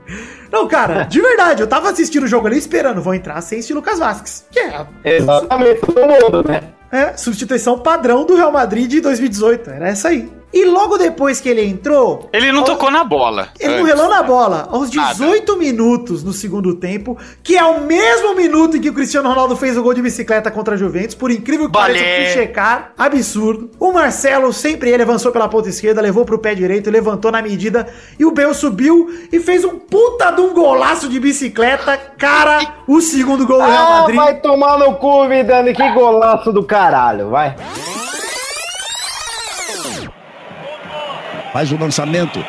Não, cara, de verdade, eu tava assistindo o jogo ali esperando, vão entrar sem esse Lucas Vasquez. Que é
Exatamente, todo mundo, né?
é, substituição padrão do Real Madrid de 2018. Era essa aí. E logo depois que ele entrou.
Ele não
aos-
tocou na bola.
Ele não
antes.
relou na bola. Aos
Nada.
18 minutos no segundo tempo, que é o mesmo minuto em que o Cristiano Ronaldo fez o gol de bicicleta contra a Juventus, por incrível que
Balé.
pareça, eu fui checar. Absurdo. O Marcelo, sempre ele, avançou pela ponta esquerda, levou pro pé direito, levantou na medida. E o Bale subiu e fez um puta de um golaço de bicicleta. Cara, o segundo gol do Real
Ah,
Madrid.
vai tomar no cu, Vidani. Que golaço do caralho, vai.
Faz o lançamento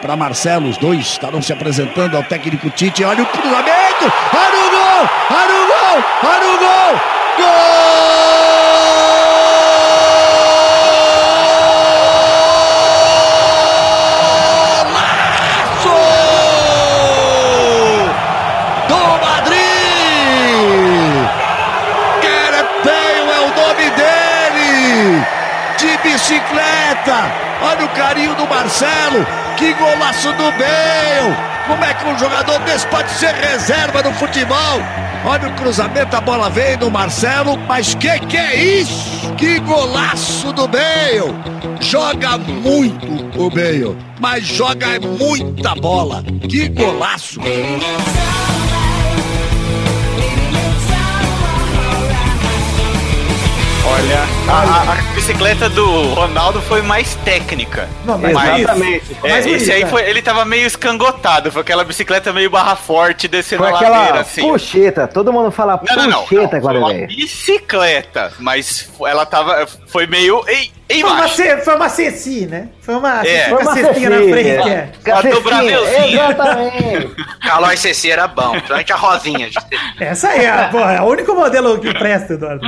para Marcelo. Os dois estarão se apresentando ao técnico Tite. Olha o cruzamento! Olha o gol! Olha o gol! Olha o gol! Gol! Do Madrid! Querepeio é o nome dele! De bicicleta! Olha o carinho do Marcelo! Que golaço do Bale! Como é que um jogador desse pode ser reserva no futebol? Olha o cruzamento, a bola veio do Marcelo, mas que que é isso? Que golaço do Bale! Joga muito o Bale, mas joga é muita bola. Que golaço!
Olha, a, a- a bicicleta do Ronaldo foi mais técnica.
Não, mas
Exatamente.
É,
mais
esse
bonita.
aí foi, ele tava meio escangotado, foi aquela bicicleta meio barra forte descendo
Foi
a ladeira
aquela
assim.
puxeta. Todo mundo fala
Não, não, não.
puxeta
não,
agora,
foi uma
velho.
bicicleta, mas ela tava. Foi meio. Ei, ei,
Foi uma,
macho.
ce- foi uma ceci, né? Foi uma,
É.
foi uma cestinha na frente.
cestinha,
É.
Uma
Matou o
cestinha,
Brasilzinho.
Exatamente.
Calói CC era bom, principalmente a rosinha. De...
Essa aí é, a- porra, é o único modelo que presta, Eduardo.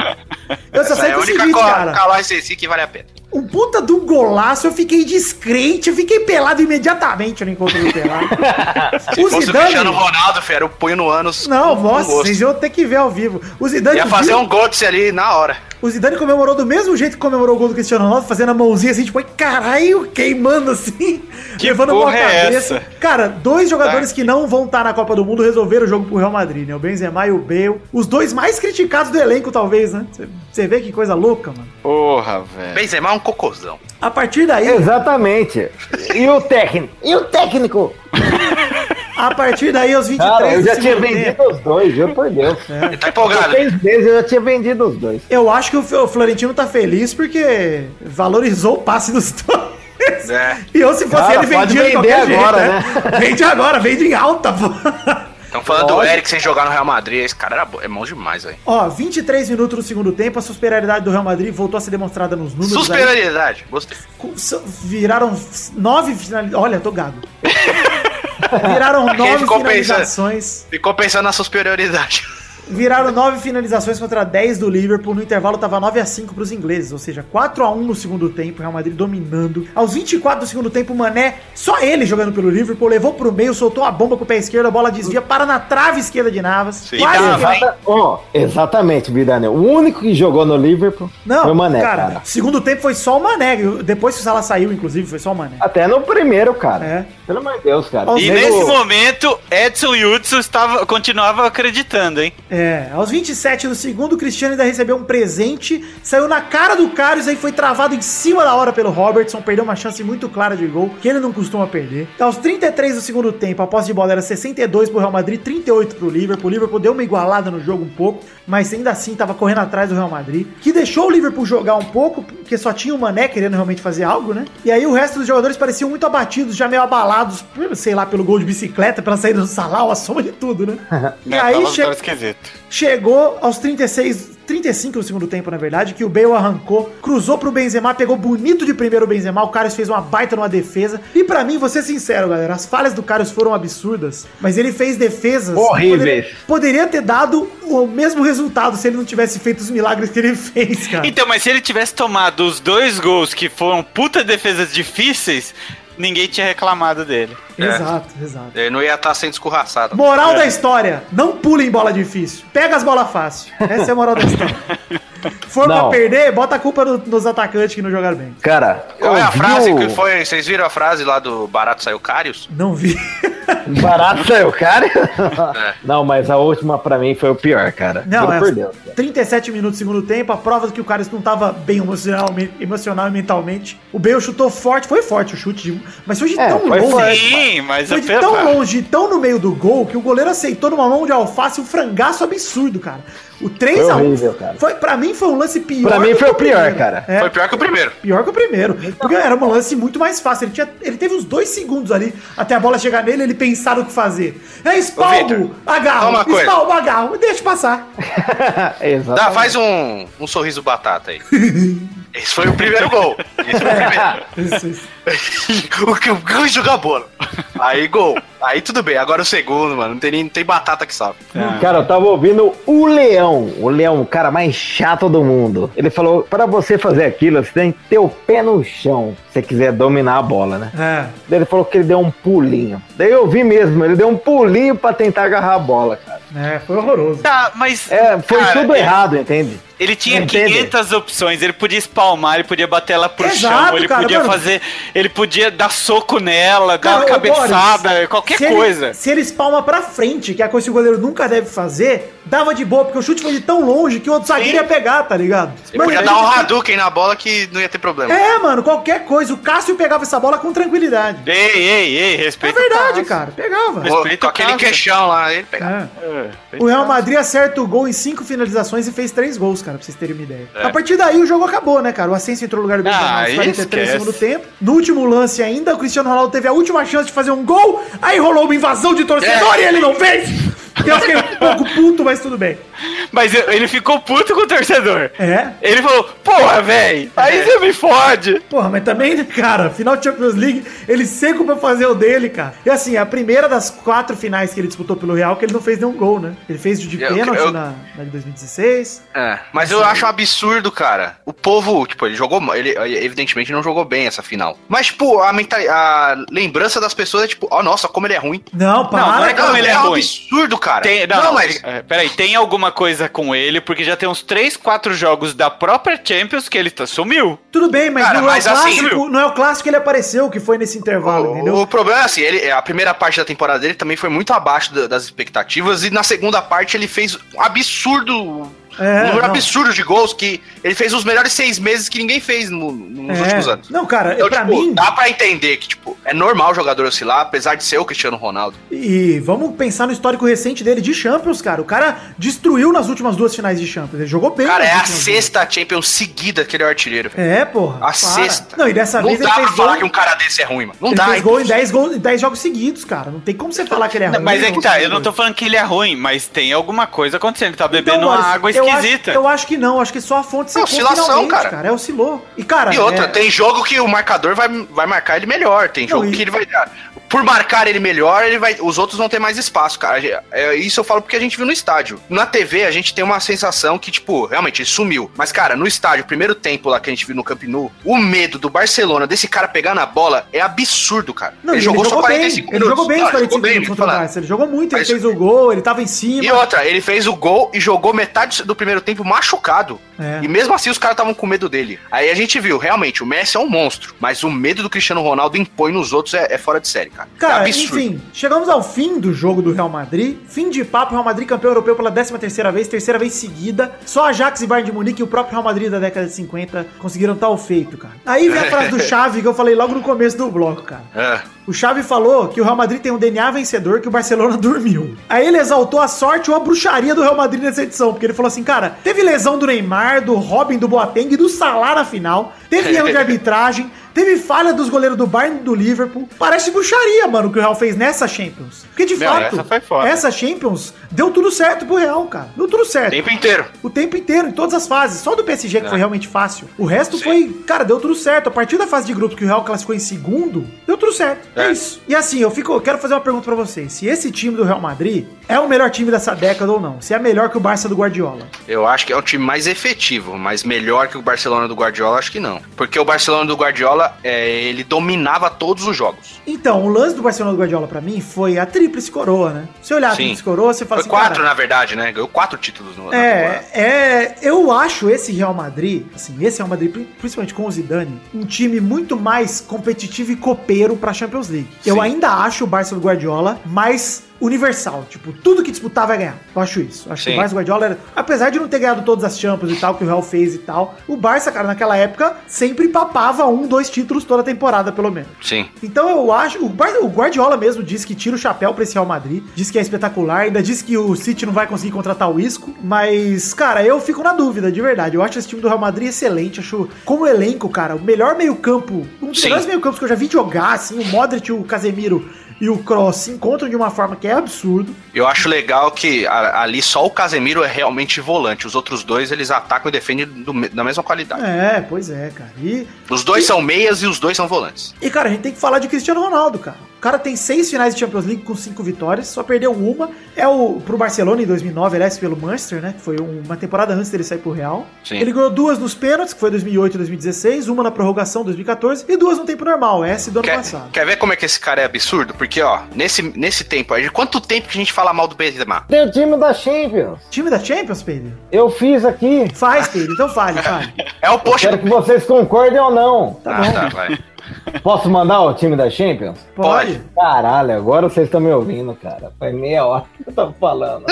Eu só
Essa
sei
é a
que é o
única
seguinte,
co-
cara.
Calói CC que vale a pena.
Um puta de um golaço, eu fiquei descrente, eu fiquei pelado imediatamente no encontro do pelado.
Se fosse o Cristiano Ronaldo, fera, eu punho no ânus.
Não,
com- com
nossa,
gosto.
vocês iam ter que ver ao vivo. O Zidane,
Ia fazer
viu-
um gotse ali na hora.
o Zidane comemorou do mesmo jeito que comemorou o gol do Cristiano Ronaldo, fazendo a mãozinha assim, tipo, ai, caralho, queimando assim,
Que
levando a mão à
porra é
cabeça.
essa? Tá.
Cara, dois jogadores que não vão estar na Copa do Mundo resolveram o jogo pro Real Madrid, né? O Benzema e o Bale. Os dois mais criticados do elenco, talvez, né? Você- Você vê que coisa louca, mano.
Porra, velho.
Benzema é um cocôzão.
A partir daí,
Exatamente. E o técnico? E o técnico?
a partir daí, aos 23
Cara, Ah, eu
do
já tinha
segundo tempo,
vendido os dois, juro por Deus.
Ele tá
Por
empolgado.
Seis meses eu já tinha vendido os dois.
Eu acho que o F- o Florentino tá feliz porque valorizou o passe dos dois.
É.
E eu, se fosse
Cara,
ele,
pode
vendia de
vender
qualquer
agora,
jeito, né? Vende agora, vende em alta, pô.
Estão falando do Eric sem jogar no Real Madrid. Esse cara era bom, é bom demais, velho.
Ó, 23 minutos no segundo tempo, a superioridade do Real Madrid voltou a ser demonstrada nos números. aí.
Superioridade. Gostei.
Com- so- Viraram f- nove finalizações. Olha, tô gago. Viraram nove
ficou
finalizações.
Ficou pensando na sua superioridade.
Viraram nove finalizações contra 10 do Liverpool. No intervalo tava 9 a 5 pros ingleses, ou seja, 4 a 1 no segundo tempo, Real Madrid dominando. Aos 24 do segundo tempo, Mané, só ele jogando pelo Liverpool, levou pro meio, soltou a bomba com o pé esquerdo, a bola desvia, para na trave esquerda de Navas.
Sim.
Quase
Ah,
E dava,
que-
hein?
Exata- ó, exatamente, Vidane. O único que jogou no Liverpool
Não,
foi o Mané,
cara,
cara.
segundo tempo foi só o Mané. Depois que o Salah saiu, inclusive, foi só o Mané.
Até no primeiro, cara.
É.
Pelo amor de Deus, cara.
Ó,
E
Nego-
nesse momento, Edson Hudson estava, continuava acreditando, hein?
É, aos 27 do segundo, o Cristiano ainda recebeu um presente, saiu na cara do Carlos, aí foi travado em cima da hora pelo Robertson, perdeu uma chance muito clara de gol, que ele não costuma perder. Tá, Aos 33 do segundo tempo, a posse de bola era 62 pro Real Madrid, 38 pro Liverpool. O Liverpool deu uma igualada no jogo um pouco, mas ainda assim tava correndo atrás do Real Madrid, que deixou o Liverpool jogar um pouco, porque só tinha o Mané querendo realmente fazer algo, né? E aí o resto dos jogadores pareciam muito abatidos, já meio abalados, por- sei lá, pelo gol de bicicleta, pela saída do Salah, a soma de tudo, né? e aí
tava, tava
chega
esquisito.
Chegou aos 36, 35 do segundo tempo, na verdade, que o Bale arrancou, cruzou pro Benzema, pegou bonito de primeiro o Benzema, o Carlos fez uma baita numa defesa. E pra mim, vou ser sincero, galera, as falhas do Carlos foram absurdas, mas ele fez defesas
Horríveis.
Poderia, poderia ter dado o mesmo resultado se ele não tivesse feito os milagres que ele fez, cara.
Então, mas se ele tivesse tomado os dois gols que foram puta defesas difíceis, ninguém tinha reclamado dele.
É.
Exato, exato.
Ele não ia estar sendo escorraçado.
Moral da história: não pula em bola difícil. Pega as bolas fácil. Essa é a moral da história. For pra
Não.
perder, bota a culpa no- nos atacantes que não jogaram bem.
Cara,
Qual é a
ouviu-
frase que foi? Vocês viram a frase lá do Barato Saiu Carius?
Não vi.
Barato saiu, cara.
É.
Não, mas a última pra mim foi o pior, cara.
Não,
Juro
é.
por Deus. cara.
37 minutos do segundo tempo, a prova de que o Carlos não tava bem emocional, emocional e mentalmente. O Bale chutou forte, foi forte o chute, de- um, mas foi de
É,
tão
foi
longe.
forte.
Sim, mas
Foi
a
de
pena-
tão longe, tão no meio do gol, que o goleiro aceitou numa mão de alface um frangaço absurdo, cara. O 3 a 1
Foi horrível, cara.
Foi, pra mim foi um lance pior.
Pra mim
do
foi
que
o pior,
primeiro.
cara.
É,
Foi pior que o primeiro.
pior que o primeiro. Porque era um lance muito mais fácil. Ele, tinha, ele teve uns dois segundos ali até a bola chegar nele ele pensar o que fazer. É
Vitor,
espalmo,
só uma
agarro,
coisa.
espalmo, agarro, deixa passar.
Exatamente.
Tá,
Dá, faz um, um sorriso batata aí. Esse foi o primeiro gol. Esse foi o primeiro.
Isso, isso.
o que o gol é jogar bola. Aí gol. Aí tudo bem. Agora o segundo, mano. Não tem, nem, não tem batata que sabe.
Ah, Cara, eu tava ouvindo o Leão, o Leão, o cara mais chato do mundo. Ele falou: pra você fazer aquilo, você tem que ter o pé no chão, se você quiser dominar a bola, né?
É.
Daí ele falou que ele deu um pulinho. Daí eu vi mesmo, ele deu um pulinho pra tentar agarrar a bola, cara.
É, foi horroroso.
Tá, mas.
É, foi
cara,
tudo
é-
errado, entende?
Ele tinha
Não teve.
500 opções. Ele podia espalmar, ele podia bater ela pro
Exato,
chão, ele
cara,
podia
mano.
fazer. Ele podia dar soco nela, dar uma
ô,
cabeçada, é
Boris,
qualquer
se ele-
coisa.
se ele espalma pra frente, que é a coisa que o goleiro nunca deve fazer, dava de boa, porque o chute foi de tão longe que o outro zagueiro ia pegar, tá ligado?
Ele podia
ele-
dar um Hadouken na bola que não ia ter problema.
É, mano, qualquer coisa. O Cássio pegava essa bola com tranquilidade.
Ei, ei, ei,
É
respeita.
verdade, cara.
Com-
Pegava.
respeita
com
o
aquele
Cássio.
queixão lá, ele pegava.
É. O Real Madrid acerta o gol em cinco finalizações e fez três gols, cara, pra vocês terem uma ideia. A partir daí o jogo acabou, né, cara? O Ascenso entrou no lugar do Benzema
Ah,
aos
aí
43
esquece.
segundo tempo. No último lance ainda, o Cristiano Ronaldo teve a última chance de fazer um gol, aí rolou uma invasão de torcedor e ele não fez! Eu fiquei um pouco puto, mas tudo bem.
Tá. Mas eu- ele ficou puto com o torcedor.
É?
Ele falou, porra, velho, aí você me fode.
Porra, mas também, né, cara, final de Champions League, ele seco pra fazer o dele, cara. E assim, a primeira das quatro finais que ele disputou pelo Real, que ele não fez nenhum gol, né? Ele fez de
Eu-
pênalti
eu-
na, na de 2016.
É, mas eu acho um absurdo, cara. O povo, tipo, ele jogou. Ele evidentemente não jogou bem essa final. Mas, tipo, a, mentali- a lembrança das pessoas é tipo, ó, nossa, como ele é ruim.
Não, para,
não é
cara.
como ele é
um
ruim.
absurdo, cara.
Tem- não,
não,
não,
mas.
é, peraí, tem alguma coisa com ele, porque já tem uns 3, 4 jogos da própria Champions que ele tá, sumiu.
Tudo bem, mas,
Cara,
não,
mas
é o
assim,
clássico,
viu?
não é o clássico que ele apareceu, que foi nesse intervalo, entendeu?
O, o problema é assim, ele, a primeira parte da temporada dele também foi muito abaixo da- das expectativas, e na segunda parte ele fez um absurdo.
É,
um número
não.
absurdo de gols que ele fez os melhores seis meses que ninguém fez no- nos
É.
últimos anos.
Não, cara,
Então,
pra
tipo,
mim.
dá pra entender que, tipo, é normal o jogador oscilar, apesar de ser o Cristiano Ronaldo.
E vamos pensar no histórico recente dele de Champions, cara. O cara destruiu nas últimas duas finais de Champions. Ele jogou bem.
Cara,
nas
é a
últimas
sexta Champions seguida que ele é o artilheiro,
duas.
velho.
É, porra.
A sexta.
Não, e dessa
Não
vez
dá
ele
pra
fez
falar
gol.
que um cara desse é ruim, mano. Não
ele
dá,
fez
então.
gol em 10 gols, em 10 jogos seguidos, cara. Não tem como você falar que ele é ruim.
Mas é que tá, eu não tô
Então,
falando que ele é ruim, mas tem alguma coisa acontecendo. Ele tá bebendo uma
Boris,
água
eu acho-
esquisita.
Eu acho, que não, acho que só a fonte
É oscilação, cara.
cara. É oscilou. E, cara.
E outra,
é-
tem jogo que o marcador vai, vai marcar ele melhor, tem
Não,
jogo
e-
que ele vai. Por marcar ele melhor, ele vai, os outros vão ter mais espaço, cara. É, isso eu falo porque a gente viu no estádio. Na TV, a gente tem uma sensação que, tipo, realmente ele sumiu. Mas, cara, no estádio, o primeiro tempo lá que a gente viu no Camp Nou, o medo do Barcelona desse cara pegar na bola é absurdo, cara.
Não, e ele, jogou, bem. Ele jogou bem
Não,
os
ele
45
jogou bem,
minutos
tô
contra o
falando.
Barça. Ele jogou muito, ele
Mas-
fez o gol, ele tava em cima.
E outra, ele fez o gol e jogou metade do primeiro tempo machucado.
É.
E mesmo assim os caras estavam com medo dele. Aí a gente viu, realmente, o Messi é um monstro, mas o medo do Cristiano Ronaldo impõe nos outros é, é fora de série, cara. é
Cara,
absurdo.
enfim, chegamos ao fim do jogo do Real Madrid. Fim de papo, Real Madrid campeão europeu pela 13ª vez, terceira vez seguida. Só Ajax e Bayern de Munique e o próprio Real Madrid da década de 50 conseguiram tal feito, cara. Aí vem a frase do Xavi que eu falei logo no começo do bloco, cara.
É.
O Xavi falou que o Real Madrid tem um DNA vencedor que o Barcelona dormiu. Aí ele exaltou a sorte ou a bruxaria do Real Madrid nessa edição, porque ele falou assim, cara, teve lesão do Neymar, do Robin, do Boateng e do Salah na final, teve erro de arbitragem, teve falha dos goleiros do Bayern e do Liverpool. Parece bruxaria, mano, que o Real fez nessa Champions. Porque de
Meu,
fato,
essa foi foda.
essa Champions deu tudo certo pro Real, cara. Deu tudo
O
certo.
tempo inteiro.
O tempo inteiro, em todas as fases. Só do PSG
É.
que foi realmente fácil. O resto foi, cara, deu tudo certo. A partir da fase de grupos que o Real classificou em segundo, deu tudo certo. É, isso. E assim, eu fico, eu quero fazer uma pergunta pra vocês. Se esse time do Real Madrid é o melhor time dessa década ou não? Se é melhor que o Barça do Guardiola?
Eu acho que é o time mais efetivo, mas melhor que o Barcelona do Guardiola, acho que não. Porque o Barcelona do Guardiola, é, ele dominava todos os jogos.
Então, o lance do Barcelona do Guardiola pra mim foi a tríplice coroa, né? Se olhar a
Sim.
tríplice coroa, você
Foi
fala assim,
quatro,
cara,
na verdade, né? Ganhou quatro títulos no, na temporada.
É, é, eu acho esse Real Madrid, assim, esse Real Madrid, pri- principalmente com o Zidane, um time muito mais competitivo e copeiro pra Champions League. Eu ainda acho o Barça do Guardiola mais universal, tipo, tudo que disputar vai ganhar. Eu acho isso. Acho que o
Sim.
Barça do Guardiola, era- apesar de não ter ganhado todas as Champions e tal, que o Real fez e tal, o Barça, cara, naquela época, sempre papava um, dois títulos toda temporada, pelo menos.
Sim.
Então eu acho. O, Bar- o Guardiola mesmo disse que tira o chapéu pra esse Real Madrid. Diz que é espetacular. Ainda diz que o City não vai conseguir contratar o Isco. Mas, cara, eu fico na dúvida, de verdade. Eu acho esse time do Real Madrid excelente. Acho, como elenco, cara, o melhor meio-campo. Um dos
Sim.
melhores meio-campos que eu já vi jogar, assim. O Modric, o Casemiro e o Kroos se encontram de uma forma que é absurdo.
Eu acho legal que a- ali só o Casemiro é realmente volante. Os outros dois, eles atacam e defendem do me- da mesma qualidade.
É, pois é, cara. E,
Os dois são meias e os dois são volantes.
e, cara, a gente tem que falar de Cristiano Ronaldo, cara. cara tem seis finais de Champions League com cinco vitórias, só perdeu uma. É o pro Barcelona em 2009, aliás, pelo Manchester, né? que Foi uma temporada antes dele sair pro Real.
Sim.
Ele ganhou duas nos pênaltis, que foi 2008 e 2016, uma na prorrogação 2014 e duas no tempo normal, essa e do ano
Quer,
passado.
quer ver como é que esse cara é absurdo? Porque, ó, nesse, nesse tempo aí, de quanto tempo que a gente fala mal do Benzema?
Tem o time da Champions.
Time da Champions, Pedro?
Eu fiz aqui.
Faz, Pedro, então fale, fale.
É o post
Quero
do...
que vocês concordem ou não.
Tá bom,
vai.
Posso mandar o time da Champions?
pode.
Caralho, agora vocês estão me ouvindo, cara. Foi meia hora que eu tava falando.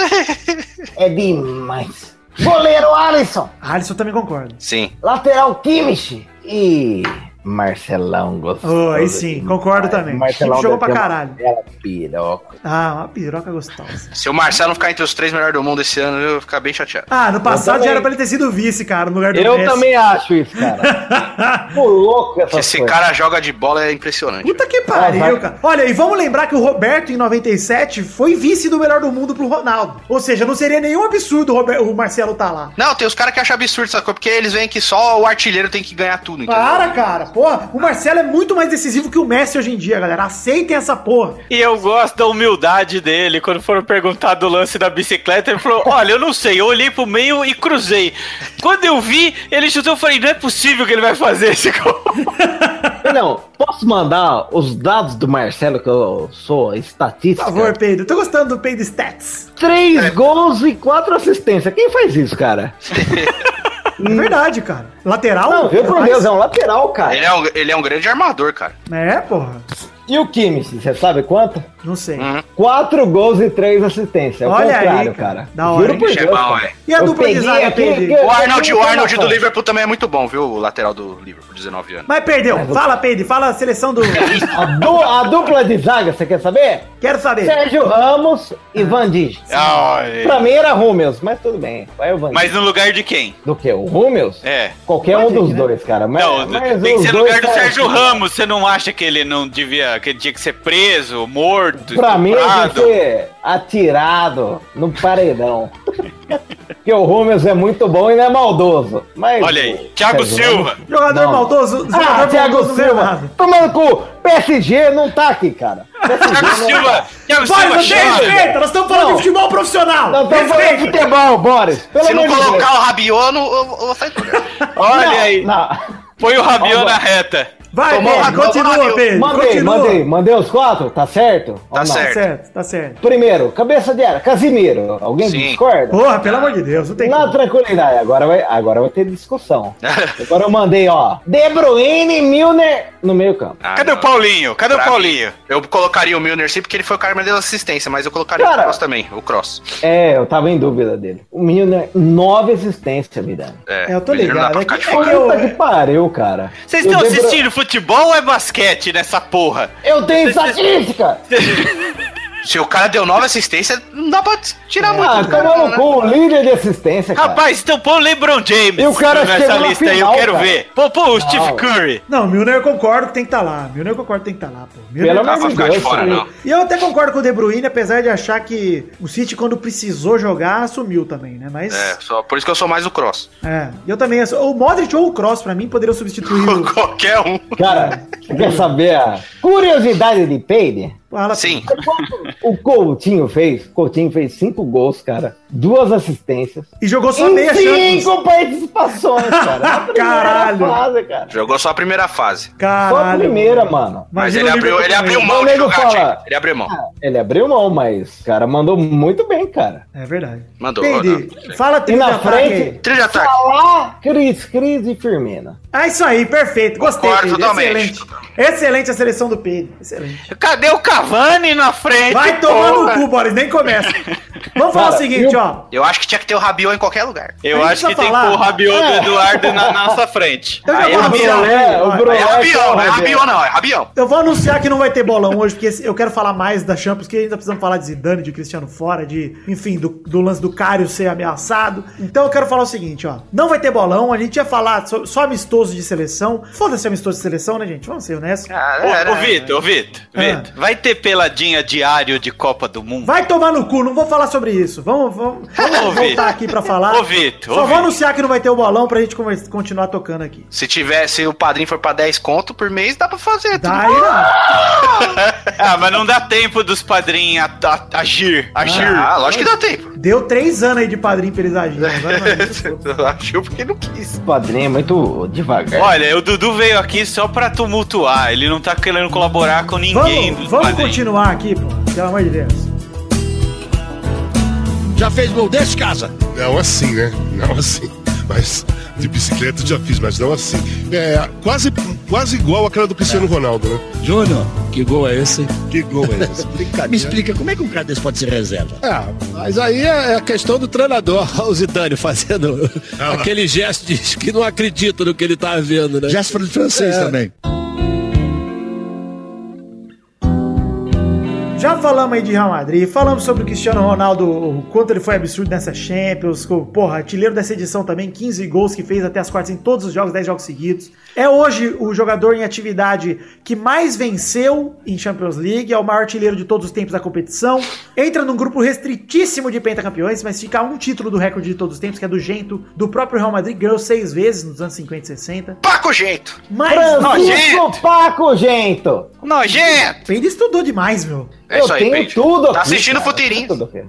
é demais. Goleiro Alisson,
Ah, Alisson também concorda.
Sim.
lateral Kimmich e Marcelão gostoso.
Oh, aí sim, concordo também. Kimmich jogou pra
deu uma
caralho.
bela piroca.
Ah, uma piroca gostosa.
Se o Marcelo não ficar entre os três melhores do mundo esse ano, eu vou ficar bem chateado.
Ah, no passado
também.
já era pra ele ter sido vice, cara, no lugar do
Eu
Messi.
também acho isso, cara. Tô louco essa
Esse
coisa.
cara joga de bola é impressionante.
Puta que
Vai,
pariu,
vai.
cara. Olha, e vamos lembrar que o Roberto, em 97, foi vice do melhor do mundo pro Ronaldo. Ou seja, não seria nenhum absurdo o, Rober- o Marcelo tá lá.
Não, tem os caras que acham absurdo essa coisa, porque eles veem que só o artilheiro tem que ganhar tudo, entendeu?
Para, cara. Porra, o Marcelo é muito mais decisivo que o Messi hoje em dia, galera. Aceitem essa porra.
E eu gosto da humildade dele. Quando foram perguntar do lance da bicicleta, ele falou: Olha, eu não sei, eu olhei pro meio e cruzei. Quando eu vi, ele chutou, eu falei: Não é possível que ele vai fazer esse gol.
Não, posso mandar os dados do Marcelo, que eu sou
Por
estatística?
favor, Pedro. Tô gostando do Pedro Stats.
Três gols e quatro assistências. Quem faz isso, cara?
É verdade, cara. Lateral?
Hum. Não, viu por
Mas-
Deus, é um lateral, cara.
Ele é, um, ele é um grande armador, cara.
É, porra.
E o Kimmich, você sabe quanto?
Não sei.
Ah. Quatro gols e três assistências. É o
Olha
contrário,
aí, cara.
cara.
Da hora, hein?
Isso é bom, é.
E a
Eu
dupla de
peguei
zaga,
aqui,
Pedro?
que-
O Arnold,
Eu
o
tenho
Arnold do
informação.
Liverpool também é muito bom, viu? O lateral do Liverpool, 19 anos.
Mas
Ah,
perdeu. Fala, Pedro. Fala a seleção do...
A, du- a dupla de zaga, você quer saber?
Quero saber.
Sérgio Ramos e Van Dijk. Pra mim era Rúmeus, mas tudo bem. Vai o Van
É. Mas
Dijk.
no lugar de quem?
Do que? O Rúmeus?
É.
Qualquer
Van
um
Dijk,
dos
né?
dois, cara. Mas,
Não,
É, mas
tem que
os
ser no
dois, assim.
lugar do
cara,
Sérgio Ramos. Você não acha que ele não devia. que ele tinha que ser preso, morto,
Pra mim, ele
estuprado?
tem que ser atirado no paredão. Porque o Rúmeus é muito bom e não é maldoso. Mas,
Olha
o
aí, Thiago
Sérgio
Silva.
Jogador
Não.
maldoso.
Ah,
jogador
Thiago
maldoso não ganha
Silva.
nada.
Tomando cu. PSG não tá aqui, cara. é.
Thiago Silva! Thiago
Boris,
Silva,
você respeita.
chega!
Nós estamos falando
Não.
de futebol profissional.
Não tá falando de
Respeita.
futebol, Boris. Pelo
Se não
amor de Deus.
colocar o Rabiot, eu não- eu eu vou sair do lugar.
Olha
Não,
aí,
não.
põe o Rabiot
Ó,
na reta.
Vai,
Tomou
Pedro,
uma-
continua,
Tomou-
Pedro.
Mandei,
continua.
mandei. Mandei os quatro, tá certo? Ou
Tá
não?
certo.
Tá certo, tá certo.
Primeiro, cabeça de área, Casimiro. Alguém
Sim.
discorda?
Porra, pelo amor de Deus, não tem
Na
como.
tranquilidade, agora vai, agora vai ter discussão. Agora eu mandei, ó. De Bruyne e Milner no meio campo.
Ah,
Cadê
não.
o Paulinho? Cadê o
Pra
Paulinho?
Eu colocaria o Milner sim, porque ele foi o cara que me deu assistência, mas eu colocaria
Cara.
o Cross também, o Cross.
É, eu tava em dúvida dele. O Milner, nove assistências, Miranda.
É,
É, eu tô
o Milner não dá
ligado,
pra
é
ficar
que-
de fora.
é eu-
Puta que pariu, cara.
Vocês
O
estão
De Bru-
assistindo futebol ou é basquete nessa porra?
Eu tenho estatística!
Se o cara deu nove assistências, não dá pra tirar muito.
Ah,
do cara,
tá
né?
maluco, o líder de assistência, cara.
Rapaz, então põe o LeBron James
E o cara
nessa
chegou na
lista aí, eu
final,
quero
cara.
ver. Pô, pô, o Steve
Não.
Curry.
Não, Milner eu concordo que tem que estar tá lá. Milner eu concordo que tem que estar tá lá, pô. Milner
Pelo
Não dá pra
amor de
ficar de
Deus,
fora,
cara.
não.
E eu até concordo com o De Bruyne, apesar de achar que o City, quando precisou jogar, assumiu também, né? Mas.
É, só, por isso que eu sou mais o Cross.
É. E eu também. sou- O Modric ou o Cross, pra mim, poderiam substituir o.
Qualquer um.
Cara, você quer saber a curiosidade de Peide?
Fala,
Sim.
O Coutinho fez, Coutinho fez cinco gols, cara, duas assistências.
E jogou só meia
Em
chance.
cinco participações, cara. Na primeira
Caralho.
Fase, cara.
Jogou só a primeira fase.
Caralho.
Só a primeira, mano.
Mas
Imagina
ele
o
abriu,
Liverpool
ele
também.
abriu mão
O
de
nego
jogar,
fala-
gente. Ele abriu mão.
Ah, Ele abriu mão, mas o cara mandou muito bem, cara.
É verdade.
Mandou,
Entendi.
Ronaldo.
Fala
E
trilha
na
aí.
frente,
Trilha de ataque.
Salah, Cris, Cris e Firmino.
Ah, isso aí, perfeito. Gostei,
Concordo
Pedro.
totalmente.
Excelente. Excelente a seleção do Pedro. Excelente.
Cadê o Cavani na frente?
Vai tomar
porra?
no cu, Boris, nem começa. Vamos falar
Cara,
o seguinte,
eu-
ó.
Eu acho que tinha que ter o Rabiot em qualquer lugar.
Eu
A gente
acho que
precisa
tem que
falar. É.
pôr o Rabiot do Eduardo na nossa frente.
Eu já
Aí
vou
é
anunciar.
Bruno, né?
aqui,
O
ó.
Bruno.
É Rabiot, não é
Rabiot.
Rabiot não, é Rabiot.
Eu vou anunciar que não vai ter bolão hoje, porque eu quero falar mais da Champions, que ainda precisamos falar de Zidane, de Cristiano fora, de, enfim, do, do lance do Cário ser ameaçado. Então eu quero falar o seguinte, ó. Não vai ter bolão, a gente ia falar so- só amistoso de seleção. Foda-se amistoso de seleção, né, gente? Vamos ser honestos.
Ah,
Ô, ô Vitor, ô Vitor,
Ah.
Vitor, vai ter peladinha diário de Copa do Mundo?
Vai tomar no cu, não vou falar sobre isso. Vamos, vamos, vamos
Ô, Vitor.
voltar aqui pra falar.
Ô, Vitor, ô,
Só vou
Vitor.
anunciar que não vai ter o bolão pra gente come- continuar tocando aqui.
Se tiver, se o padrinho for pra 10 conto por mês, dá pra fazer. tudo
Daí não.
Ah, mas não dá tempo dos padrinhos a- a- agir. Agir.
Ah, lógico que dá tempo.
Deu três anos aí de padrinho pra eles agirem. Agora não é isso.
Agiu porque não quis.
O padrinho é muito
É.
devagar.
Olha, o Dudu veio aqui só pra tumultuar. Ele não tá querendo colaborar com ninguém.
Vamos,
do
vamos
padrinho.
continuar aqui, pô. Pelo amor de Deus.
Já fez gol desse, casa?
Não assim, né? Não assim. Mas de bicicleta eu já fiz, mas não assim. É quase, quase igual aquela do Cristiano Ronaldo, né?
Júnior, que gol é esse?
Que gol é esse?
Me explica, como é que um cara desse pode ser reserva?
É, mas aí é a questão do treinador, Olha o Zidane fazendo aquele gesto de que não acredita no que ele tá vendo, né?
Gesto de francês
É.
também.
Já falamos aí de Real Madrid, falamos sobre o Cristiano Ronaldo, o quanto ele foi absurdo nessa Champions, co- porra, artilheiro dessa edição também, 15 gols que fez até as quartas em todos os jogos, 10 jogos seguidos. É hoje o jogador em atividade que mais venceu em Champions League, é o maior artilheiro de todos os tempos da competição. Entra num grupo restritíssimo de pentacampeões, mas fica a um título do recorde de todos os tempos, que é do Gento, do próprio Real Madrid, ganhou seis vezes nos anos 50 e 60.
Paco jeito.
Mas
Francisco Paco, gente!
Nojento.
Ele estudou demais, meu.
É
eu
isso aí,
tenho
Pedro.
tudo
Tá assistindo
cara.
Futeirinhas.
Tudo aqui.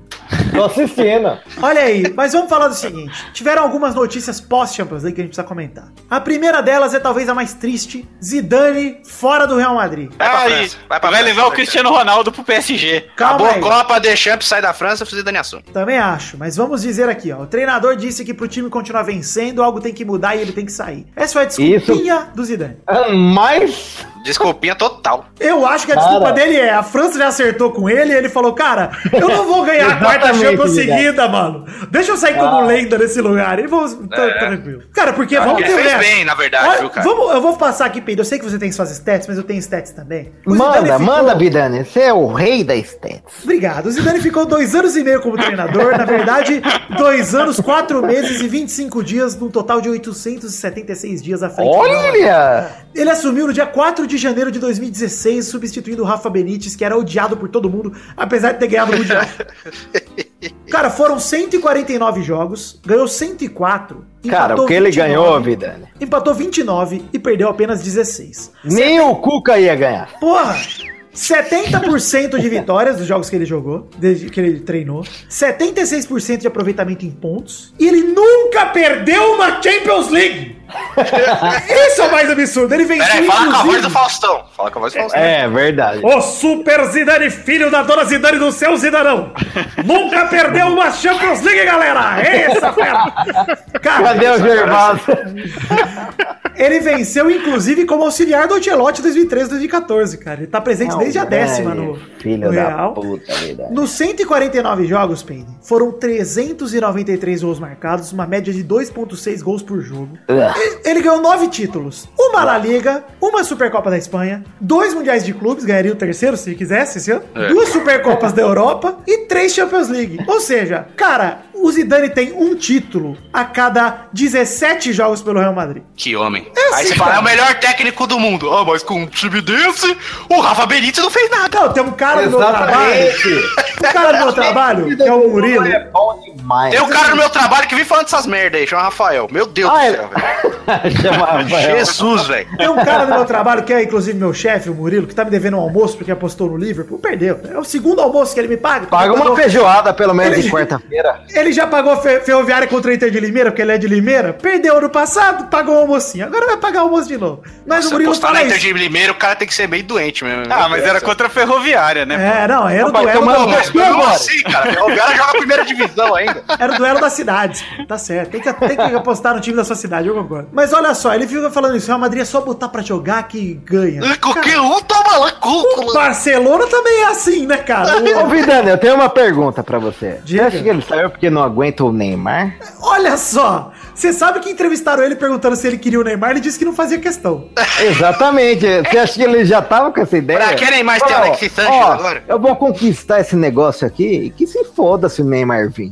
Tô assistindo.
Olha aí, mas vamos falar do seguinte: tiveram algumas notícias pós-Champions League que a gente precisa comentar. A primeira delas é talvez a mais triste: Zidane fora do Real Madrid.
Vai pra
Ai,
França, vai
Ah, vai
pra França,
levar o
vai,
Cristiano Ronaldo pro PSG.
Calma
Acabou a
aí.
Copa, The Champs, sai da França, fazer Dani Assunto.
Também acho, mas vamos dizer aqui, ó. O treinador disse que pro time continuar vencendo, algo tem que mudar e ele tem que sair. Essa foi a desculpinha do Zidane.
Ah, Mas
Desculpinha total.
Eu acho que a
Cara.
desculpa dele é: a França já acertou com ele e ele falou, cara, eu não vou ganhar a quarta
Exatamente,
Champions
Zidane.
seguida, mano. Deixa eu sair como lenda nesse lugar. E vamos. tá- tá tranquilo. Cara, porque vamos
Ele
ter
É. fez
o
bem, na verdade, viu,
Olha,
cara?
vamos, eu vou passar aqui, Pedro. Eu sei que você tem suas stats, mas eu tenho stats também. O Zidane
manda,
ficou-
manda, Bidani. Você é o rei da stats.
Obrigado. O Zidane ficou dois anos e meio como treinador. Na verdade, dois anos, quatro meses e 25 dias, num total de 876 dias à frente. do Real Madrid.
Olha!
Ele assumiu no dia 4 de janeiro de 2016, substituindo o Rafa Benítez, que era odiado por todo mundo, apesar de ter ganhado o Mundial. Cara, foram 149 jogos, ganhou 104.
Cara,
empatou
o que ele
29,
ganhou, Bidani?
Empatou 29 e perdeu apenas 16.
Nem o Cuca ia ganhar.
Porra! 70% de vitórias dos jogos que ele jogou, desde que ele treinou. 76% de aproveitamento em pontos. E ele nunca perdeu uma Champions League! Isso é o mais absurdo. Ele venceu,
Peraí, fala com a voz do
inclusive,
Faustão. Fala com a voz do Faustão.
É, verdade.
o Super Zidane, filho da dona Zidane do seu Zidanão. nunca perdeu uma Champions League, galera! É essa fera! Cara,
Cadê o Gervásio?
ele venceu, inclusive, como auxiliar do Ancelotti 2013 2014, cara. Ele tá presente desde a décima no,
Filho
no
da
Real.
puta, verdade.
Nos 149 jogos, Peide, foram 393 gols marcados, uma média de 2.6 gols por jogo.
Ugh.
E- Ele ganhou nove títulos. Uma La Liga, uma Supercopa da Espanha, dois Mundiais de Clubes, ganharia o terceiro se quisesse, esse ano, duas Supercopas da Europa e três Champions League. Ou seja, cara, o Zidane tem um título a cada 17 jogos pelo Real Madrid.
Que homem.
É
Aí
assim,
você fala,
cara.
é o melhor técnico do mundo. Ah, mas com um time desse, o Rafa Benítez não fez nada.
Não, tem um cara no meu trabalho,
Exatamente.
o cara do meu trabalho, que é o Murilo,
É bom demais.
Tem um cara no meu trabalho que vem falando essas merda aí, chama Rafael. Meu Deus
é
Ah,
do céu, velho.
ele... Chamava
Jesus, velho.
Tem um cara no meu trabalho, que é inclusive meu chefe, o Murilo, que tá me devendo um almoço porque apostou no Liverpool. Perdeu. É o segundo almoço que ele me paga.
Paga
Ele
uma
pagou-
feijoada pelo menos
Ele-
de quarta-feira.
Ele já pagou fe- ferroviária contra o Inter de Limeira, porque ele é de Limeira. Perdeu ano passado, pagou o almocinho. Agora vai pagar o almoço de novo. Mas
Se
o Murilo
apostar na
fala
Inter
isso.
de Limeira, o cara tem que ser meio doente mesmo. né?
Ah, mas era
quanto.
contra a ferroviária, né?
É, não, era o
Rapaz,
duelo,
tomando-
Não,
da,
mas mesmo assim, cara, o cara joga a primeira divisão ainda.
era o duelo das cidades. Tá certo. Tem que, tem que apostar no time da sua cidade, eu concordo. Mas olha só, ele fica falando isso. Real Madrid é só botar pra jogar que ganha.
Qualquer um toma lá, cúculo.
Barcelona também é assim, né, cara? O-
Ô, Vidani, eu tenho uma pergunta pra você.
Diga.
Você acha que ele saiu porque não aguenta o Neymar?
Olha só! Você sabe que entrevistaram ele perguntando se ele queria o Neymar, ele disse que não fazia questão.
Exatamente. Você acha que ele já tava com essa ideia?
Pra que Neymar tem
Ó,
Alexis Sanches
ó,
agora?
Eu vou conquistar esse negócio aqui e que se foda se o Neymar vir.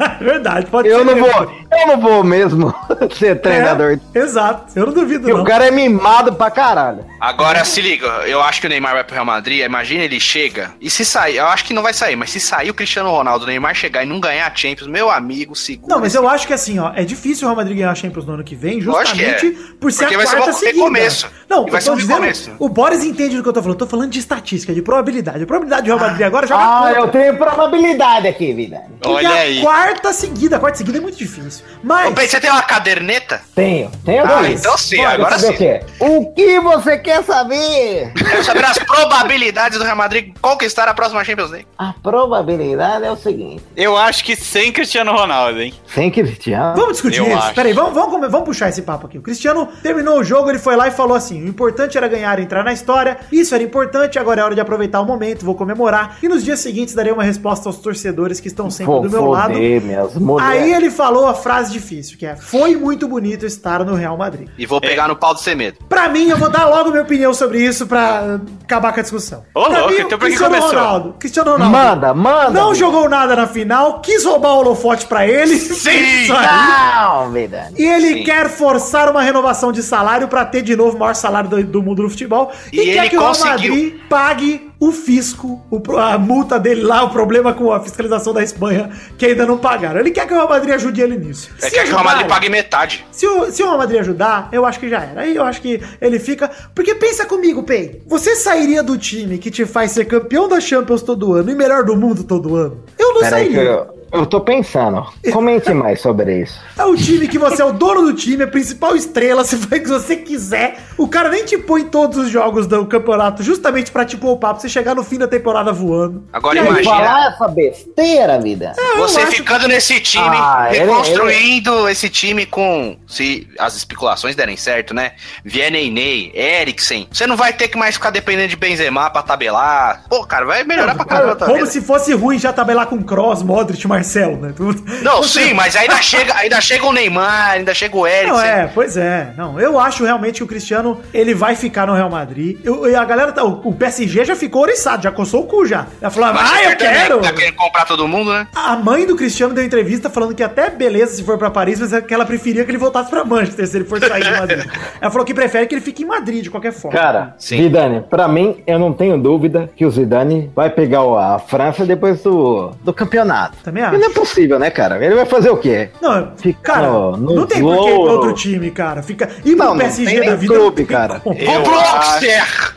É Verdade, pode
Eu
ser
não
mesmo.
vou, eu não vou mesmo ser treinador.
É, exato, eu não duvido,
Porque
não.
O cara é mimado pra caralho.
Agora se liga, eu acho que o Neymar vai pro Real Madrid, imagina ele chega e se sair, eu acho que não vai sair, mas se sair o Cristiano Ronaldo, o Neymar chegar e não ganhar a Champions, meu amigo, segura.
Não, mas eu acho que assim, ó, é difícil o Real Madrid ganhar a Champions no ano que vem,
Lógico que
justamente por ser
Porque
a
vai ser
quarta
um
seguida.
recomeço.
Não,
E vai
eu
ser
tô
um
dizendo,
recomeço.
o Boris entende do que eu tô falando. Eu tô falando de estatística, de probabilidade. A probabilidade do Real Madrid agora joga
Ah,
contra.
eu tenho probabilidade aqui, vida.
Porque
Olha
a
aí.
quarta seguida, a quarta seguida é muito difícil. Mas
Ô, Pedro, você tem uma caderneta?
Tenho, tenho
Ah,
dois.
então sim,
Pode
agora
saber
sim.
O, quê? o que você quer saber?
Quero saber as probabilidades do Real Madrid conquistar a próxima Champions League.
A probabilidade é o seguinte.
Eu acho que sem Cristiano Ronaldo, hein?
Sem Cristiano.
Vamos discutir
Eu
isso.
acho.
Peraí, vamos, vamos, come- vamos puxar esse papo aqui. O Cristiano terminou o jogo, ele foi lá e falou assim: o importante era ganhar, entrar na história. Isso era importante, agora é hora de aproveitar o momento, vou comemorar. E nos dias seguintes darei uma resposta aos torcedores que estão sempre
Vou
do meu lado.
foder minhas mulheres.
Aí é- ele falou a frase difícil, que é: Foi muito bonito estar no Real Madrid.
E
É.
vou pegar no pau do Semedo.
Pra mim, eu vou dar logo minha opinião sobre isso pra acabar com a discussão.
Ô, louco,
mim,
então pra que
Cristiano
começou?
Ronaldo. Cristiano Ronaldo.
Manda, manda,
Não
vida.
jogou nada na final, quis roubar o holofote pra ele. Sim! Isso aí.
Não, vida.
E ele
Sim.
quer forçar uma renovação de salário pra ter de novo o maior salário do, do mundo do futebol. E,
E ele
quer que o Real
conseguiu.
Madrid pague o fisco, o pro- a multa dele lá, o problema com a fiscalização da Espanha, que ainda não pagaram. Ele quer que o Real Madrid ajude ele nisso.
É que o Real Madrid pague metade.
Se o, se o Real Madrid ajudar, eu acho que já era. Aí eu acho que ele fica. Porque pensa comigo, Pei. Você sairia do time que te faz ser campeão da Champions todo ano e melhor do mundo todo ano? Eu não
Peraí que
sairia.
eu, eu tô pensando. Comente mais sobre isso.
É o time que você é o dono do time, a principal estrela, se faz o que você quiser. O cara nem te põe em todos os jogos do campeonato justamente pra te poupar, pra você chegar no fim da temporada voando.
Agora
E aí,
E
imagina.
falar essa besteira, vida.
eu
Você
acho-
ficando nesse time,
Ah,
é
ele-
reconstruindo esse time com. Se as especulações derem certo, né? Vianney, Ney, Eriksen. Você não vai ter que mais ficar dependendo de Benzema pra tabelar. Pô, cara, vai melhorar pra caramba. né? a tua
Como
vida.
se fosse ruim já tabelar com Cross, Modric, Marcelo, né? Tudo.
Não, sim, mas ainda chega, ainda chega o Neymar, ainda chega o Eriksen.
Não, é, pois é. Não, eu acho realmente que o Cristiano, ele vai ficar no Real Madrid. Eu, e a galera, tá, o, o PSG já ficou oriçado, já coçou o cu já. Ela falou,
Mas
ah, eu
também
quero!
Tá querendo comprar todo mundo, né?
A mãe do Cristiano deu entrevista falando que até beleza se for pra Paris, mas é que ela preferia que ele voltasse pra Manchester se ele for sair de Madrid. Ela falou que prefere que ele fique em Madrid de qualquer forma.
Cara,
Sim.
Zidane, pra mim, eu não tenho dúvida que o Zidane vai pegar o- a França depois do, do campeonato.
Também
Porque Não é possível, né, cara? Ele vai fazer o quê?
Não,
Fica
cara,
no- no
não tem porquê ir pra
Globo.
outro time, cara. Fica e
Não,
pro
não
PSG
tem
da
nem
vida.
clube, cara.
Pô,
Eu acho-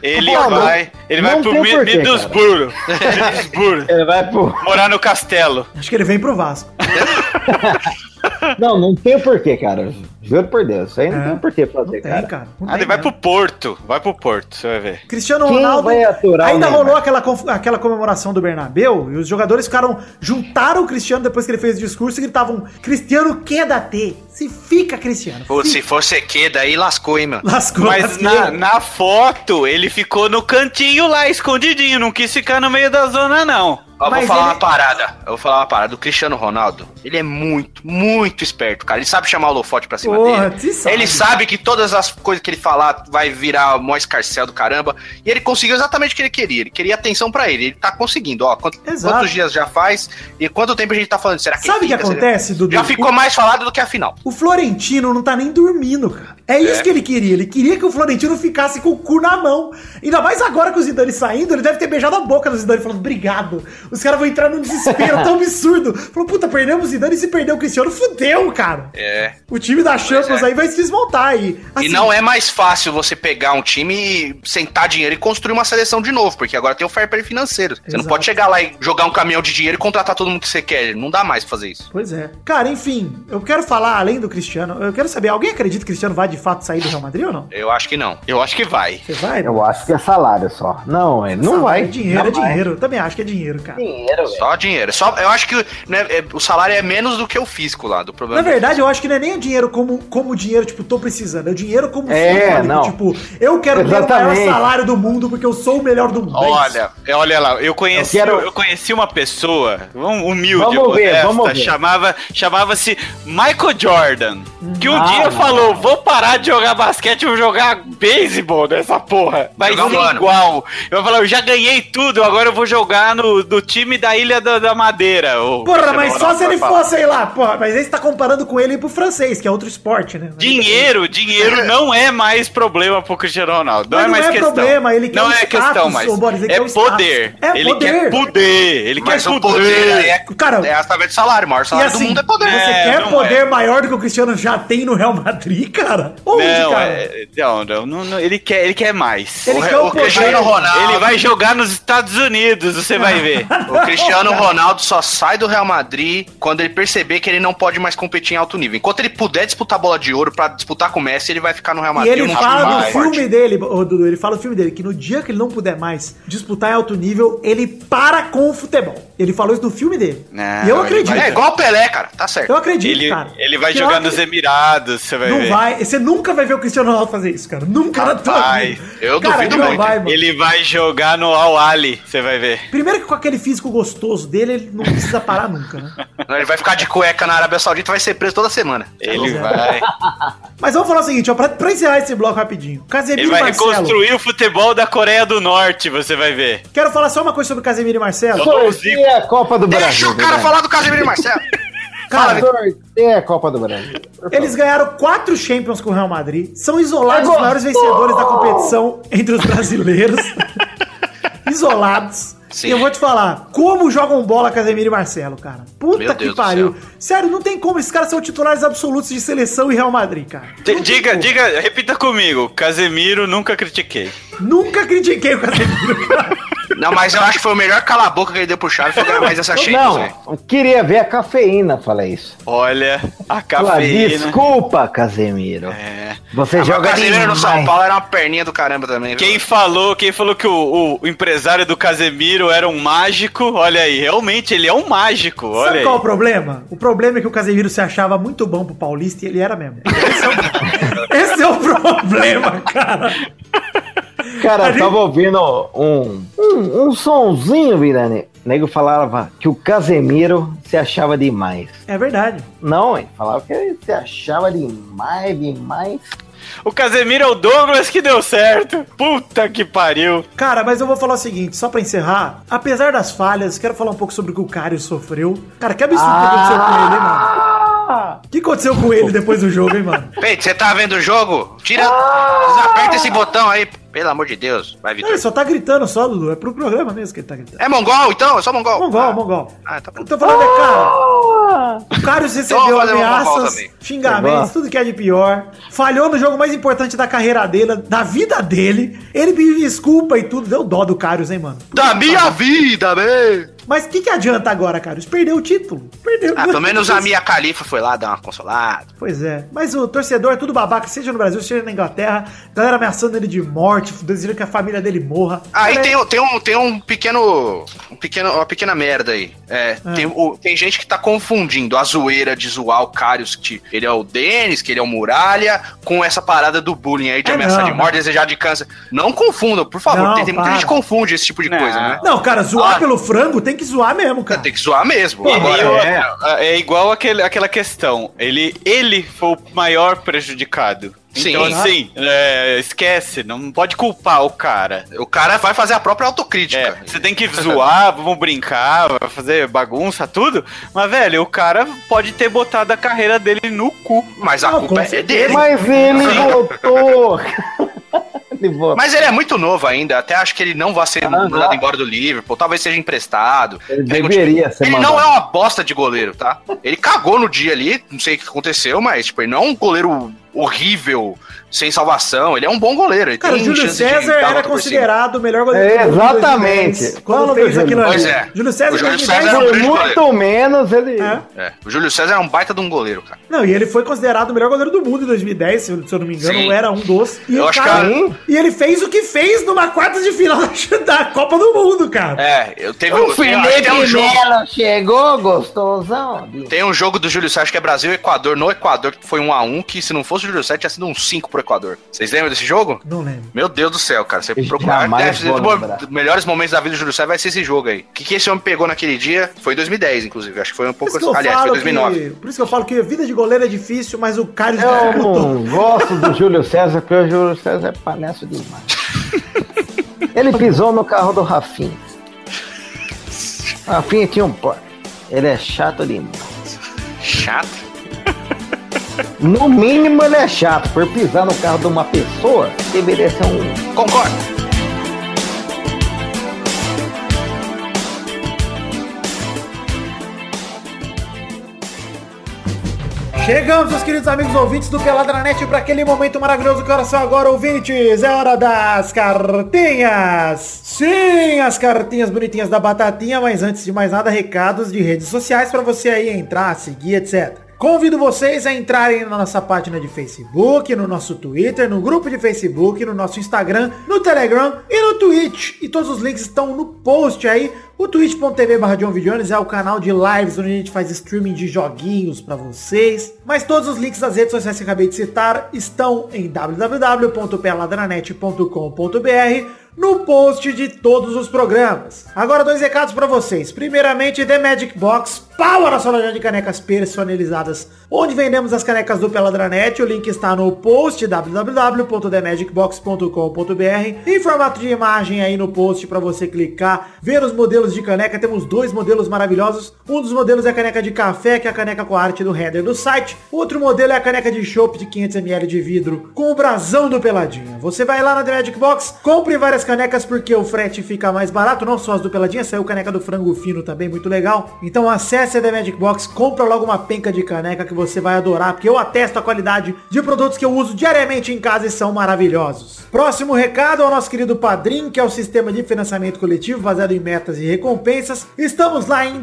Ele
Não, não-
vai. Ele vai
não
pro
tem
Mi-
porquê,
Middlesbrough. Middlesbrough.
Ele vai pro.
Morar no castelo.
Acho que ele vem pro Vasco.
Não, não tem o porquê, cara. Juro por Deus. Isso aí não
É.
tem o porquê fazer,
Não tem,
cara.
cara. Não
Ah, ele
tem
vai
mesmo.
pro Porto. Vai pro Porto, você vai ver.
Cristiano
Quem
Ronaldo
vai aturar né, o
ainda
Neymar?
rolou aquela, conf- aquela comemoração do Bernabeu e os jogadores ficaram juntaram o Cristiano depois que ele fez o discurso e gritavam Cristiano queda T se fica Cristiano
Pô,
fica."
se fosse que daí lascou, hein, mano.
Lascou,
Mas na,
lascou.
na foto, ele ficou no cantinho lá, escondidinho. Não quis ficar no meio da zona, não.
Ó, vou
Mas
falar
ele-
uma parada. Eu vou falar uma parada. O Cristiano Ronaldo, ele é muito, muito esperto, cara. Ele sabe chamar o Lofote pra cima
Porra,
dele.
se sabe.
Ele sabe que todas as coisas que ele falar vai virar o maior escarcel do caramba. E ele conseguiu exatamente o que ele queria. Ele queria atenção pra ele. Ele tá conseguindo. Ó, quant-
Exato.
quantos dias já faz e quanto tempo a gente tá falando? Será que
Sabe o que
fica? Será-
acontece, Dudu?
Já ficou mais falado do que a final.
O Florentino não tá nem dormindo, cara. É isso que ele queria. Ele queria que o Florentino ficasse com o cu na mão. Ainda mais agora com o Zidane saindo, ele deve ter beijado a boca do Zidane falando, obrigado. Os caras vão entrar num desespero tão absurdo. Falou, puta, perdemos o Zidane e se perdeu o Cristiano, fudeu, cara.
É.
O time da Champions
é.
aí vai se desmontar aí. Assim,
E não é mais fácil você pegar um time e sentar dinheiro e construir uma seleção de novo, porque agora tem o fair play financeiro. Você não
Exato.
pode chegar lá e jogar um caminhão de dinheiro e contratar todo mundo que você quer. Não dá mais pra fazer isso.
Pois é. Cara, enfim, eu quero falar além do Cristiano. Eu quero saber, alguém acredita que o Cristiano vai de fato sair do Real Madrid ou não?
Eu acho que não.
Eu acho que vai.
Você vai?
Eu acho que é salário só. Não, ele não
Salário,
vai.
É dinheiro,
não
é dinheiro. Eu também acho que é dinheiro, cara.
Vai. Dinheiro, velho.
Só dinheiro. Só, eu acho que né, é, o salário é menos do que o físico lá, do
Na
problema.
verdade, eu acho que não é nem o dinheiro como, como dinheiro, tipo, tô precisando. É o dinheiro como
É,
simbólico,
não.
Tipo, eu quero ter o maior
Exatamente.
salário do mundo porque eu sou o melhor do mundo. É isso.
Olha, é, olha lá, eu conheci,
Eu
eu,
quero-
conheci uma pessoa um- humilde,
Vamos ver, vamos ver.
chamava chamava-se Michael Jordan, que um
Ah,
dia
mano.
falou: "Vou parar de jogar basquete, vou jogar beisebol nessa porra". Vai
Jogar um
ser
ano.
igual. Eu vou falar: "Eu já ganhei tudo, agora eu vou jogar no do time da Ilha da, da Madeira. ô,
Porra,
Cristiano
mas só
Ronaldo
se ele
vai falar.
for, sei lá, porra, mas aí você tá comparando com ele e pro francês, que é outro esporte, né?
Dinheiro, dinheiro não é mais problema pro Cristiano Ronaldo. Não
Mas
é mais questão.
problema, ele quer
não
um
é
status,
questão
ô
mais.
Boris, ele
é
quer um
poder.
status. É
ele
poder.
quer poder. Ele
Mas
quer
o
poder.
poder aí é,
Cara,
é através de salário. O maior
E
salário
assim,
do mundo é poder.
você
É,
quer
não
poder
é.
maior do que o Cristiano já tem no Real Madrid, cara? Onde,
Não,
cara?
é, não, não, não, não, ele quer, ele quer mais.
Ele
o
quer
Re-
o
o
poder.
Cristiano Ronaldo.
Ele vai jogar nos Estados Unidos, você vai ver.
O Cristiano Ronaldo só sai do Real Madrid quando ele perceber que ele não pode mais competir em alto nível. Enquanto ele puder disputar bola de ouro pra disputar com o Messi, ele vai ficar no Real
E
Madrid.
ele
um
num time
fala no
mais
filme
forte.
dele, ô, Dudu, ele fala no filme dele que no dia que ele não puder mais disputar em alto nível, ele para com o futebol. Ele falou isso no filme dele.
Não,
e eu
ele
acredito.
É igual o Pelé, cara. Tá certo.
Eu acredito,
Ele,
cara.
ele vai
Que
jogar
eu
nos
acredito.
Emirados, você vai
Não
ver.
vai. Você nunca vai ver o Cristiano Ronaldo fazer isso, cara. Nunca na tua
Rapaz,
vida.
eu
cara,
duvido
não
muito.
Vai, mano.
Ele vai jogar no Al Ali, você vai ver.
Primeiro que com aquele físico gostoso dele, ele não precisa parar nunca, né?
Ele vai ficar de cueca na Arábia Saudita e vai ser preso toda semana.
Ele
Zé.
vai.
Mas vamos falar o seguinte, ó, pra, pra encerrar esse bloco rapidinho. Casemiro
Ele vai
e Marcelo.
reconstruir o futebol da Coreia do Norte, você vai ver.
Quero falar só uma coisa sobre Casemiro e Marcelo.
dou um
Torcer a Copa do
Deixa
Brasil.
o cara
Guilherme.
falar do Casemiro e Marcelo.
Cara,
Torcer a Copa do Brasil.
eles ganharam quatro Champions com o Real Madrid, são isolados os
Agora-
maiores vencedores da competição entre os brasileiros. isolados.
Sim.
E eu vou te falar, como jogam bola Casemiro e Marcelo, cara. Puta
Meu
que
Deus do
pariu. Sério, não tem como, esses caras são titulares absolutos de seleção e Real Madrid, cara.
D- Diga, diga, repita comigo. Casemiro nunca critiquei.
Nunca critiquei o Casemiro, cara.
Não, mas eu acho que foi o melhor cala a boca que ele deu pro Chaves pra ganhar mais essa Champions, velho.
Não, eu queria ver a cafeína falar isso.
Olha, a
Fala,
cafeína.
desculpa, Casemiro.
É.
Você
Ah, mas O
joga
Casemiro no São
demais.
Paulo era uma perninha do caramba também. viu?
Quem falou, quem falou que o, o empresário do Casemiro era um mágico, olha aí, realmente ele é um mágico, olha
Sabe
aí.
qual é o problema? O problema é que o Casemiro se achava muito bom pro Paulista e ele era mesmo. Esse é o, esse é o problema, cara.
Cara,
Ali-
eu tava ouvindo um, um, um sonzinho, Virani. O nego falava que o Casemiro se achava demais.
É verdade.
Não, ele falava que ele se achava demais, demais.
O Casemiro é o Douglas que deu certo. Puta que pariu.
Cara, mas eu vou falar o seguinte, só pra encerrar. Apesar das falhas, quero falar um pouco sobre o que o Cario sofreu. Cara, que absurdo que aconteceu com ele, hein, mano? O que aconteceu com ele depois do jogo, hein, mano?
Peito, você tá vendo o jogo? Tira.
Ah!
Aperta esse botão aí. Pelo amor de Deus. Vai,
Não, ele
Vitor.
só tá gritando só, Dudu. É pro programa mesmo que ele tá gritando.
É mongol, então? É só mongol?
Mongol,
Ah.
mongol.
Ah, tá bom.
Eu tô falando, é cara. O Carlos recebeu
Vou fazer uma mongol
ameaças,
também.
xingamentos, tudo que é de pior. Falhou no jogo mais importante da carreira dele, da vida dele. Ele pediu desculpa e tudo. Deu dó do Carlos, hein, mano?
Da minha vida, velho.
Mas o que, que adianta agora, Carlos? Perdeu o título. Perdeu
Ah, pelo menos a Mia Khalifa foi lá dar uma consolada.
Pois é. Mas o torcedor é tudo babaca, seja no Brasil, seja na Inglaterra. Galera ameaçando ele de morte, desejando que a família dele morra.
Aí
Cara,
tem, o- tem, um, tem um, pequeno, um pequeno. Uma pequena merda aí. É,
Ah.
Tem, o- tem gente que tá confundindo a zoeira de zoar o Karius, que ele é o Denis, que ele é o Muralha, com essa parada do bullying aí de
É,
ameaçar
não,
de morte, desejar de câncer. Não confundam, por favor.
Não,
tem tem muita
para.
gente que confunde esse tipo de coisa, né?
Não, cara, zoar
Ah.
pelo frango tem que zoar mesmo, cara.
Tem que zoar mesmo.
E
Agora,
outra, é, igual aquele, aquela questão. Ele, ele foi o maior prejudicado.
Sim.
Então, assim, é, esquece, não pode culpar o cara.
O cara vai fazer a própria
É,
autocrítica.
você tem que zoar, vamos brincar, vai fazer bagunça, tudo. Mas, velho, o cara pode ter botado a carreira dele no cu.
Mas a
Não, com
culpa é
certeza.
dele.
Mas ele voltou. ele voltou.
Mas ele é muito novo ainda, até acho que ele não vai ser mandado embora do Liverpool, talvez seja emprestado.
Ele
Pega um
deveria
time-
ser
Ele
mandado.
não é uma bosta de goleiro, tá? Ele cagou no dia ali, não sei o que aconteceu, mas tipo, ele não é um goleiro horrível, sem salvação, ele é um bom goleiro. ele
Cara, o
tem
Júlio
chance de
César
dar a
era
volta por cima.
considerado o melhor goleiro
É,
do mundo em
exatamente.
2010,
Fala
Quando
do
fez
Júlio.
aquilo ali.
Pois é.
Júlio César
O Júlio
em 2010
César
foi-
é
Por
grande
muito menos ele.
É.
É, o Júlio César é um baita de um goleiro, cara.
Não, e ele foi considerado o melhor goleiro do mundo em 2010, se eu se eu não me engano,
Sim.
ou era um dos. E,
Eu
o
acho que
cara-
era-
e ele fez o que fez numa quarta de final da Copa do Mundo, cara.
É, eu teve um, tem, tem um jogo.
Melo chegou gostosão.
Tem um jogo do Júlio César acho que é Brasil e Equador no Equador, que foi um a 1 que se não fosse o Júlio César tinha sido um 5 pro Equador. Vocês lembram desse jogo?
Não lembro.
Meu Deus do céu, cara. Você
Eu
procurar.
jamais
Deve,
vou
um dos
lembrar.
mo- melhores momentos da vida do Júlio César vai ser esse jogo aí. O que, que esse homem pegou naquele dia? Foi em 2010, inclusive. Acho que foi um
Por
pouco.
isso, que eu
Aliás, foi
falo
2009.
que, por isso que eu falo que a vida de goleiro é difícil, mas o Carlos
Eu
disputou.
não gosto do Júlio César, porque o Júlio César é palhaço demais. Ele pisou no carro do Rafinha. Rafinha tinha um porte. Ele é chato demais.
Chato.
No mínimo ele é chato. Por pisar no carro de uma pessoa, deveria ser um.
Concordo.
Chegamos, meus queridos amigos ouvintes do Peladranet, para aquele momento maravilhoso que hora só agora, ouvintes. É hora das cartinhas. Sim, as cartinhas bonitinhas da batatinha, mas antes de mais nada, recados de redes sociais para você aí entrar, seguir, etc. Convido vocês a entrarem na nossa página de Facebook, no nosso Twitter, no grupo de Facebook, no nosso Instagram, no Telegram e no Twitch. E todos os links estão no post aí. O twitch.tv barra John Videones é o canal de lives onde a gente faz streaming de joguinhos pra vocês. Mas todos os links das redes sociais que eu acabei de citar estão em www.peladranet.com.br no post de todos os programas. Agora dois recados pra vocês. Primeiramente, The Magic Box, pau a nossa loja de canecas personalizadas, onde vendemos as canecas do Peladranet. O link está no post www.themagicbox.com.br em formato de imagem aí no post pra você clicar, ver os modelos de caneca. Temos dois modelos maravilhosos. Um dos modelos é a caneca de café, que é a caneca com a arte do header do site. Outro modelo é a caneca de chopp de 500ml de vidro com o brasão do Peladinha. Você vai lá na The Magic Box, compre várias canecas porque o frete fica mais barato, não só as do Peladinha, saiu caneca do frango fino também, muito legal. Então acesse a The Magic Box, compra logo uma penca de caneca que você vai adorar, porque eu atesto a qualidade de produtos que eu uso diariamente em casa e são maravilhosos. Próximo recado ao nosso querido Padrim, que é o sistema de financiamento coletivo baseado em metas e recompensas. Estamos lá em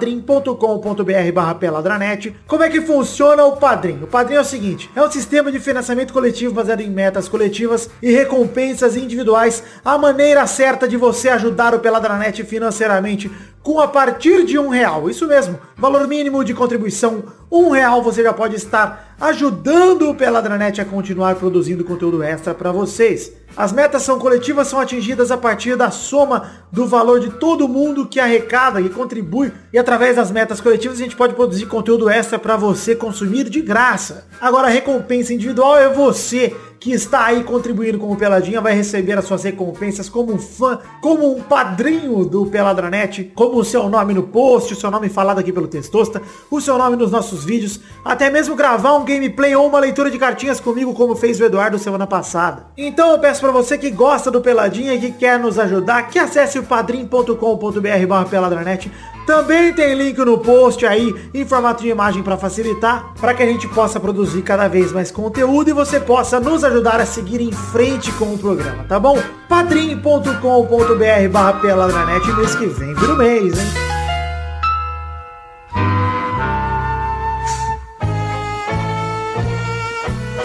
www.padrim.com.br barra peladranet. Como é que funciona o Padrim? O Padrim é o seguinte, é um sistema de financiamento coletivo baseado em metas coletivas e recompensas individuais. A maneira certa de você ajudar o Peladranet financeiramente com a partir de um real. Isso mesmo, valor mínimo de contribuição um real você já pode estar ajudando o Peladranet a continuar produzindo conteúdo extra para vocês. As metas são coletivas, são atingidas a partir da soma do valor de todo mundo que arrecada, que contribui. E através das metas coletivas a gente pode produzir conteúdo extra para você consumir de graça. Agora a recompensa individual é você que está aí contribuindo com o Peladinha, vai receber as suas recompensas como um fã, como um padrinho do Peladranet, como o seu nome no post, o seu nome falado aqui pelo Testosta, o seu nome nos nossos vídeos, até mesmo gravar um gameplay ou uma leitura de cartinhas comigo, como fez o Eduardo semana passada. Então eu peço para você que gosta do Peladinha e que quer nos ajudar, que acesse o padrim.com.br barra peladranet. Também tem link no post aí, em formato de imagem para facilitar, para que a gente possa produzir cada vez mais conteúdo e você possa nos ajudar a seguir em frente com o programa, tá bom? padrim.com.br barra peladranet mês que vem, vira o mês, hein?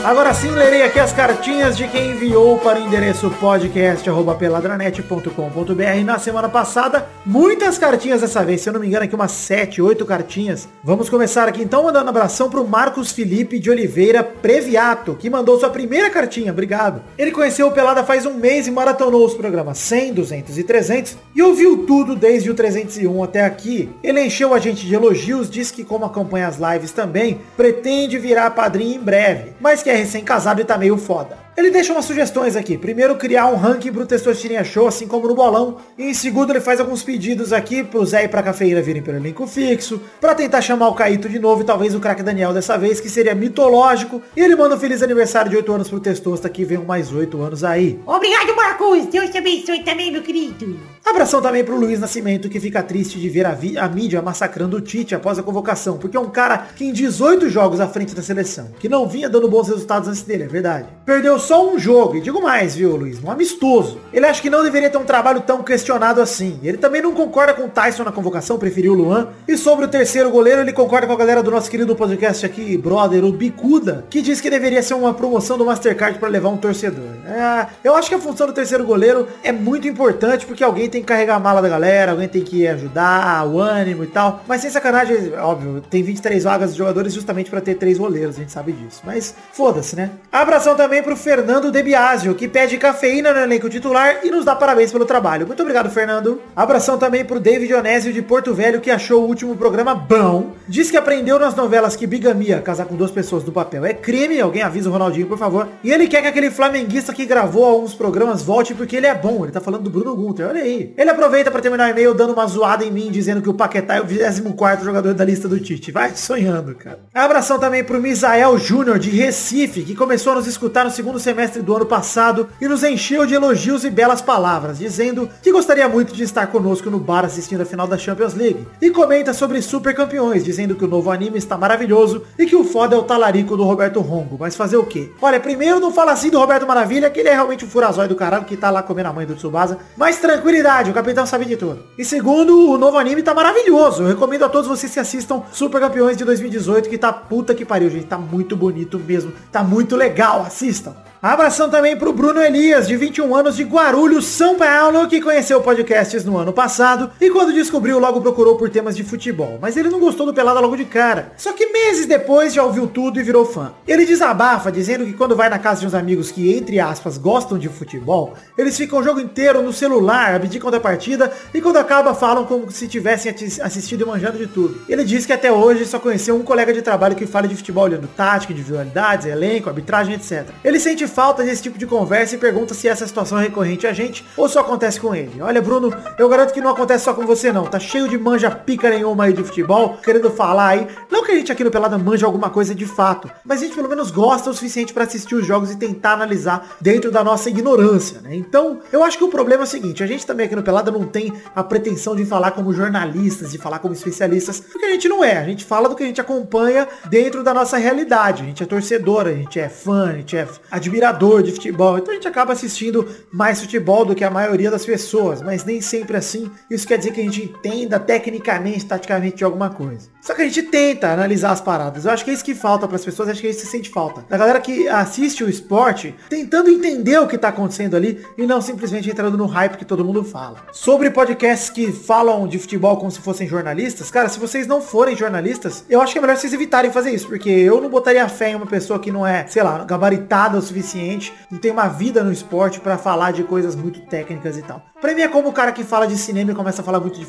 Agora sim, lerei aqui as cartinhas de quem enviou para o endereço podcast.peladranet.com.br na semana passada. Muitas cartinhas dessa vez, se eu não me engano, aqui umas 7, 8 cartinhas. Vamos começar aqui então mandando abração para o Marcos Felipe de Oliveira Previato, que mandou sua primeira cartinha, obrigado. Ele conheceu o Pelada faz um mês e maratonou os programas 100, 200 e 300 e ouviu tudo desde o 301 até aqui. Ele encheu a gente de elogios, diz que como acompanha as lives também, pretende virar padrinho em breve, mas que é recém-casado e tá meio foda. Ele deixa umas sugestões aqui. Primeiro, criar um ranking pro Testosterinha Show, assim como no Bolão. E em segundo, ele faz alguns pedidos aqui pro Zé e pra Cafeína virem pelo elenco fixo, pra tentar chamar o Caíto de novo e talvez o craque Daniel dessa vez, que seria mitológico. E ele manda um feliz aniversário de 8 anos pro Testosta, que vem mais 8 anos aí.
Obrigado, Marcos. Deus te abençoe também, meu querido.
Abração também pro Luiz Nascimento, que fica triste de ver a, vi- a mídia massacrando o Tite após a convocação, porque é um cara que em 18 jogos à frente da seleção, que não vinha dando bons resultados antes dele, é verdade. Perdeu só um jogo, e digo mais, viu, Luiz, um amistoso. Ele acha que não deveria ter um trabalho tão questionado assim. Ele também não concorda com o Tyson na convocação, preferiu o Luan. E sobre o terceiro goleiro, ele concorda com a galera do nosso querido podcast aqui, brother, o Bicuda, que diz que deveria ser uma promoção do Mastercard pra levar um torcedor. É, eu acho que a função do terceiro goleiro é muito importante, porque alguém tem que carregar a mala da galera, alguém tem que ajudar, o ânimo e tal. Mas sem sacanagem, óbvio, tem 23 vagas de jogadores justamente pra ter três goleiros, a gente sabe disso. Mas foda-se, né? Abração também pro Fernando Debiasio, que pede cafeína no elenco titular e nos dá parabéns pelo trabalho. Muito obrigado, Fernando. Abração também pro David Onésio de Porto Velho, que achou o último programa bom. Diz que aprendeu nas novelas que bigamia, casar com duas pessoas do papel, é crime. Alguém avisa o Ronaldinho, por favor. E ele quer que aquele flamenguista que gravou alguns programas volte porque ele é bom. Ele tá falando do Bruno Gunter, olha aí. Ele aproveita pra terminar o e-mail dando uma zoada em mim, dizendo que o Paquetá é o 24 jogador da lista do Tite. Vai sonhando, cara. Abração também pro Misael Júnior, de Recife, que começou a nos escutar no segundo semestre do ano passado e nos encheu de elogios e belas palavras, dizendo que gostaria muito de estar conosco no bar assistindo a final da Champions League. E comenta sobre Super Campeões, dizendo que o novo anime está maravilhoso e que o foda é o talarico do Roberto Rongo. Mas fazer o quê? Olha, primeiro não fala assim do Roberto Maravilha, que ele é realmente um furazói do caralho que tá lá comendo a mãe do Tsubasa. Mas tranquilidade, o capitão sabe de tudo. E segundo, o novo anime tá maravilhoso. Eu recomendo a todos vocês que assistam Super Campeões de 2018, que tá puta que pariu, gente. Tá muito bonito mesmo. Tá muito legal, assistam. Abração também pro Bruno Elias, de 21 anos, de Guarulhos, São Paulo, que conheceu podcasts no ano passado e quando descobriu logo procurou por temas de futebol, mas ele não gostou do Pelada logo de cara. Só que meses depois já ouviu tudo e virou fã. Ele desabafa dizendo que quando vai na casa de uns amigos que, entre aspas, gostam de futebol, eles ficam o jogo inteiro no celular, abdicam da partida e quando acaba falam como se tivessem ati- assistido e manjando de tudo. Ele diz que até hoje só conheceu um colega de trabalho que fala de futebol olhando tática, individualidades, elenco, arbitragem, etc. Ele sente falta desse tipo de conversa e pergunta se essa situação é recorrente a gente ou só acontece com ele. Olha, Bruno, eu garanto que não acontece só com você não. Tá cheio de manja pica nenhuma aí de futebol, querendo falar aí. Não que a gente aqui no Pelada manja alguma coisa de fato, mas a gente pelo menos gosta o suficiente pra assistir os jogos e tentar analisar dentro da nossa ignorância, né? Então, eu acho que o problema é o seguinte, a gente também aqui no Pelada não tem a pretensão de falar como jornalistas, de falar como especialistas, porque a gente não é. A gente fala do que a gente acompanha dentro da nossa realidade. A gente é torcedor, a gente é fã, a gente é admirador de futebol. Então a gente acaba assistindo mais futebol do que a maioria das pessoas, mas nem sempre assim. Isso quer dizer que a gente entenda tecnicamente, taticamente de alguma coisa. Só que a gente tenta analisar as paradas. Eu acho que é isso que falta para as pessoas, acho que é isso que sente falta. Da galera que assiste o esporte tentando entender o que tá acontecendo ali e não simplesmente entrando no hype que todo mundo fala. Sobre podcasts que falam de futebol como se fossem jornalistas, cara, se vocês não forem jornalistas, eu acho que é melhor vocês evitarem fazer isso, porque eu não botaria fé em uma pessoa que não é, sei lá, gabaritada o suficiente, não tem uma vida no esporte pra falar de coisas muito técnicas e tal. Pra mim é como o cara que fala de cinema e começa a falar muito de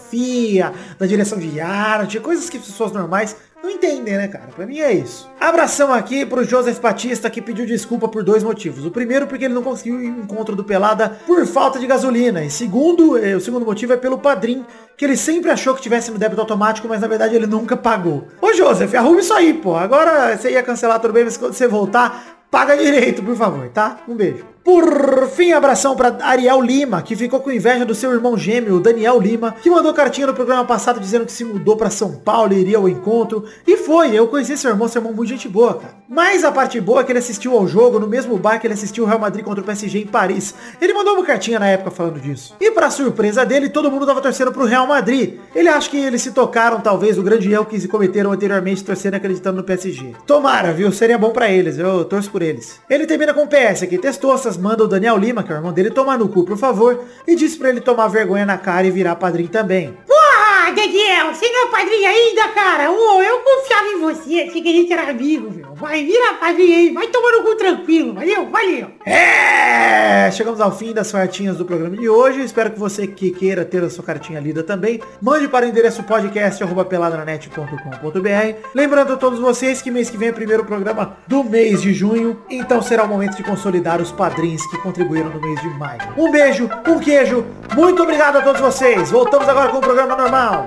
fotografia, da direção de arte, coisas que pessoas normais não entendem, né, cara? Pra mim é isso. Abração aqui pro Joseph Batista que pediu desculpa por dois motivos. O primeiro, porque ele não conseguiu o encontro do Pelada por falta de gasolina. E segundo, eh, o segundo motivo é pelo padrinho, que ele sempre achou que tivesse no débito automático, mas na verdade ele nunca pagou. Ô, Joseph, arruma isso aí, pô. Agora você ia cancelar tudo bem, mas quando você voltar, paga direito, por favor, tá? Um beijo. Por fim, abração pra Ariel Lima, que ficou com inveja do seu irmão gêmeo, o Daniel Lima, que mandou cartinha no programa passado dizendo que se mudou pra São Paulo e iria ao encontro. E foi, eu conheci seu irmão, seu irmão muito gente boa, cara. Mas a parte boa é que ele assistiu ao jogo no mesmo bar que ele assistiu o Real Madrid contra o PSG em Paris. Ele mandou uma cartinha na época falando disso. E pra surpresa dele, todo mundo tava torcendo pro Real Madrid. Ele acha que eles se tocaram, talvez, o grande erro que se cometeram anteriormente, torcendo e acreditando no PSG. Tomara, viu? Seria bom pra eles, eu torço por eles. Ele termina com o PS aqui, testou essas manda o Daniel Lima, que é o irmão dele, tomar no cu, por favor, e diz pra ele tomar vergonha na cara e virar padrinho também.
Porra, Daniel, você não é padrinho ainda, cara? Ô, eu confiava em você, achei que a gente era amigo, meu. Vai, vira padrinho aí, vai tomar no cu tranquilo, valeu, valeu.
É, chegamos ao fim das cartinhas do programa de hoje. Espero que você que queira ter a sua cartinha lida também, mande para o endereço podcast@peladranet.com.br. Lembrando a todos vocês que mês que vem é o primeiro programa do mês de junho, então será o momento de consolidar os padrinhos que contribuíram no mês de maio. Um beijo, um queijo. Muito obrigado a todos vocês. Voltamos agora com o programa normal.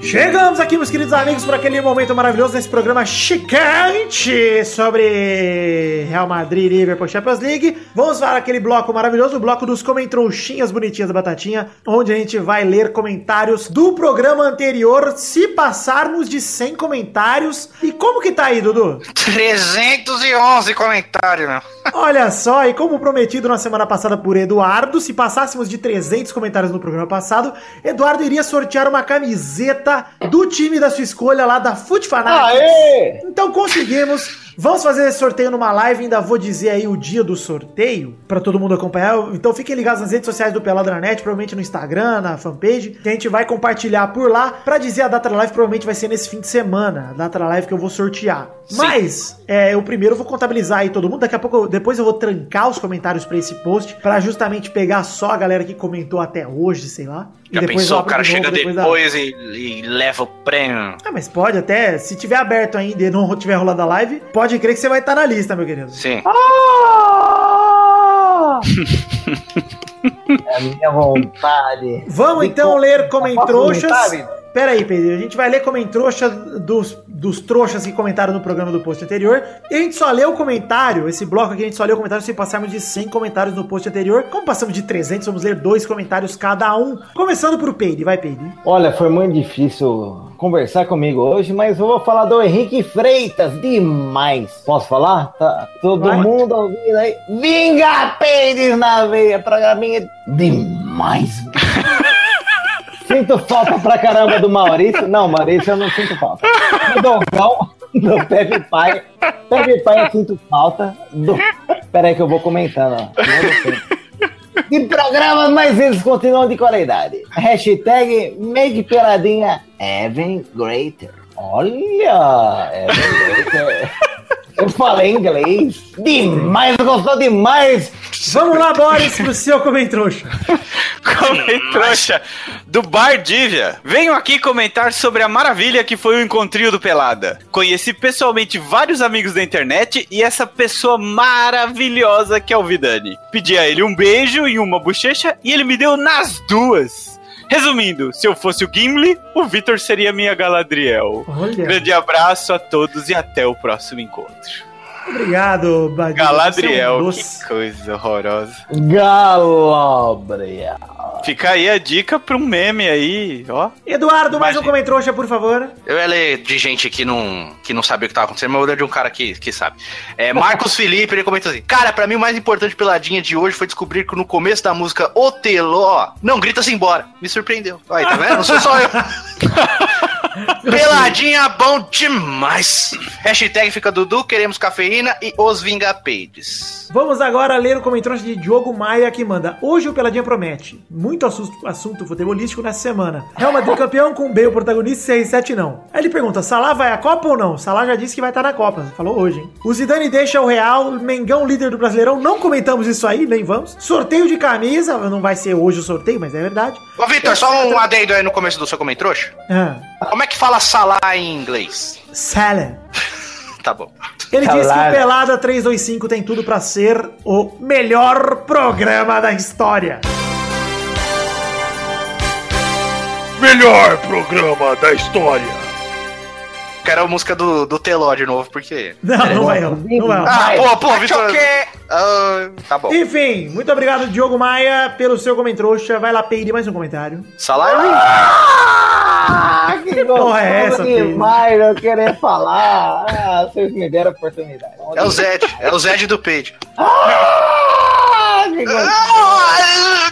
Chegamos aqui, meus queridos amigos, para aquele momento maravilhoso nesse programa chicante sobre Real Madrid, Liverpool, Champions League. Vamos para aquele bloco maravilhoso, o bloco dos comentrouxinhas bonitinhas da batatinha, onde a gente vai ler comentários do programa anterior, se passarmos de 100 comentários. E como que tá aí, Dudu?
311 comentários, meu.
Olha só, e como prometido na semana passada por Eduardo, se passássemos de 300 comentários no programa passado, Eduardo iria sortear uma camiseta do time da sua escolha lá da Foot Fanatics.
Aê!
Então conseguimos Vamos fazer esse sorteio numa live, ainda vou dizer aí o dia do sorteio pra todo mundo acompanhar. Então fiquem ligados nas redes sociais do Peladranet, provavelmente no Instagram, na fanpage, que a gente vai compartilhar por lá pra dizer a data da live, provavelmente vai ser nesse fim de semana, a data da live que eu vou sortear. Mas, é, eu primeiro vou contabilizar aí todo mundo, daqui a pouco, eu- depois eu vou trancar os comentários pra esse post, pra justamente pegar só a galera que comentou até hoje, sei lá.
Já
depois eu
pensou, o
abro
cara
de novo
chega
depois da-
depois e, e leva o prêmio.
ah, mas pode até, se tiver aberto ainda e não tiver rolado a live, pode crer que você vai estar na lista, meu querido.
Sim.
é A minha vontade.
Vamos então ler Comentroxas.
Sabe?
Pera aí, Pedro. A gente vai ler Comentroxa dos, dos trouxas que comentaram no programa do post anterior. E a gente só lê o comentário, esse bloco aqui a gente só lê o comentário se passarmos de 100 comentários no post anterior. Como passamos de 300, vamos ler dois comentários cada um. Começando por Peide, vai Peide.
Olha, foi muito difícil conversar comigo hoje, mas eu vou falar do Henrique Freitas demais. Posso falar? Tá todo
Vai.
mundo ouvindo aí? Vinga Peides na veia, programinha demais. sinto falta pra caramba do Maurício. Não, Maurício eu não sinto falta. Do Dogão, do Pepe Pai. Pepe Pai eu sinto falta. Do... Peraí que eu vou comentando. ó. Não, não sei. De programas, mas eles continuam de qualidade. Hashtag Make Peladinha Even Greater. Olha! Even Greater. Eu falei inglês. Demais, gostou demais!
Vamos lá, Boris, pro seu Comentroxa.
Comem é trouxa do Bar Dívia. Venho aqui comentar sobre a maravilha que foi o encontrinho do Pelada. Conheci pessoalmente vários amigos da internet e essa pessoa maravilhosa que é o Vidani. Pedi a ele um beijo e uma bochecha e ele me deu nas duas. Resumindo, se eu fosse o Gimli, o Vitor seria minha Galadriel.
Olha,
Grande abraço a todos e até o próximo encontro.
obrigado, Badinho.
Galadriel,
Você é um doce.
que coisa horrorosa.
Galobria.
Fica aí a dica pra um meme aí, ó.
Eduardo, mais um
Imagina.
Comentroxa, por favor.
Eu ia ler de gente que não, que não sabia o que tava acontecendo, mas eu vou ler de um cara que, que sabe. É, Marcos Felipe, ele comentou assim: Cara, pra mim o mais importante peladinha de hoje foi descobrir que no começo da música Oteló. Não, grita-se embora. Me surpreendeu. Aí, tá vendo? Não sou só eu. Peladinha bom demais. Hashtag fica Dudu, queremos cafeína e os Vingapeides.
Vamos agora ler o comentário de Diogo Maia que manda. Hoje o Peladinha promete. Muito assunto, assunto futebolístico nessa semana. Real Madrid campeão com Bale protagonista e CR7 não. Aí ele pergunta, Salah vai à Copa ou não? Salah já disse que vai estar na Copa. Falou hoje, hein? O Zidane deixa o Real, Mengão líder do Brasileirão. Não comentamos isso aí, nem vamos. Sorteio de camisa. Não vai ser hoje o sorteio, mas é verdade.
Ô, Vitor, só um adendo aí no começo do seu comentrouxa.
Ah,
Como é que fala salá em inglês?
Salah.
Tá bom.
Ele disse que o
Salah.
Pelada 325 tem tudo pra ser o melhor programa da história.
Melhor programa da história.
Quero a música do, do Teló de novo, porque.
Não, não vai, não. Não é vai.
Ah,
Vai.
pô, pô, Vitor. Ah, tá bom.
Enfim, muito obrigado, Diogo Maia, pelo seu comentrouxa. Vai lá, Peide, mais um comentário.
Salário?
Ah, que
porra é essa,
gostoso
filho?
demais eu querer falar. Ah, vocês me deram a oportunidade.
é o Zed. É o Zed do Page.
Ah, que gostoso.
Ah,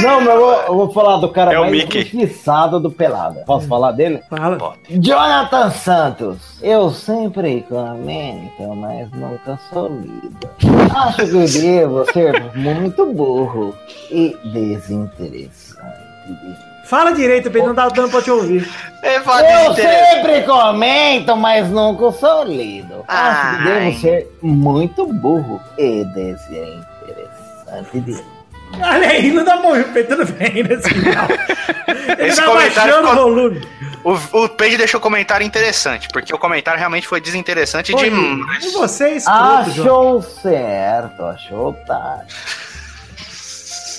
Não, mas eu vou, eu vou falar do cara
É o
mais
Mickey.
injustiçado do Pelada. Posso
Hum.
falar dele?
Fala.
Jonathan Santos. Eu sempre comento, mas nunca sou lido. Acho que devo ser muito burro e desinteressante.
Fala direito, Peide, não tá dando pra te ouvir.
É fala
Eu
desinteresse.
sempre comento, mas nunca sou lido. Acho que
Ai.
devo ser muito burro e desinteressante.
Olha aí, não dá pra ouvir, Peide, tudo bem né, nesse final. Ele
Esse
tá
comentário
baixando o
ficou-
volume.
O, o Page deixou o comentário interessante, porque o comentário realmente foi desinteressante
Oi,
demais.
E você, é escroto, João?
Achou certo, achou tá.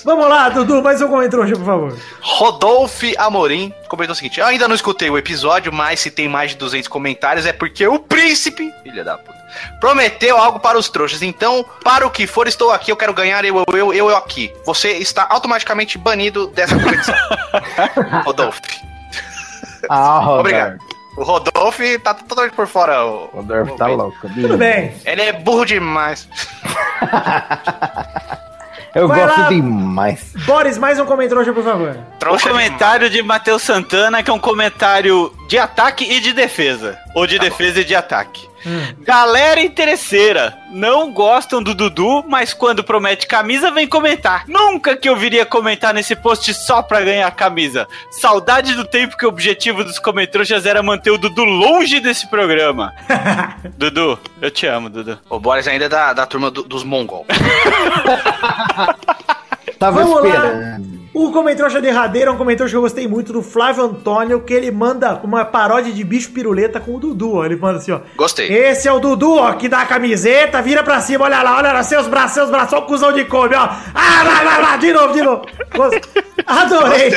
Vamos lá, Dudu, mais um comentrouxa, por favor.
Rodolfo Amorim comentou o seguinte: Eu ainda não escutei o episódio, mas se tem mais de 200 comentários é porque o príncipe, filha da puta, prometeu algo para os trouxas. Então, para o que for, estou aqui, eu quero ganhar, eu, eu, eu, eu aqui. Você está automaticamente banido dessa competição. Rodolfo.
Ah, Rodolfo.
Obrigado. O Rodolfo tá totalmente por fora. o-
Rodolfo tá louco.
Tudo bem.
Ele é burro demais.
Eu
Vai
gosto
lá.
demais.
Boris, mais um comentrouxa, por favor.
O
Trouxa
comentário de Matheus Santana, que é um comentário de ataque e de defesa. Ou de defesa e de ataque. Galera interesseira, não gostam do Dudu, mas quando promete camisa vem comentar. Nunca que eu viria comentar nesse post só pra ganhar camisa. Saudade do tempo que o objetivo dos comentrouxas era manter o Dudu longe desse programa. Dudu, eu te amo, Dudu.
O Boris ainda é da, da turma do- dos mongol.
Tava
Vamos lá.
esperando.
O comentrouxa derradeiro é um comentário que eu gostei muito do Flávio Antônio, que ele manda uma paródia de bicho piruleta com o Dudu. ó. Ele manda assim, ó.
Gostei.
Esse é o Dudu, ó, que dá a camiseta, vira pra cima, olha lá, olha lá, seus braços, seus braços, olha o cuzão de come, ó. Ah, lá, lá, lá, de novo, de novo. Gost- Adorei.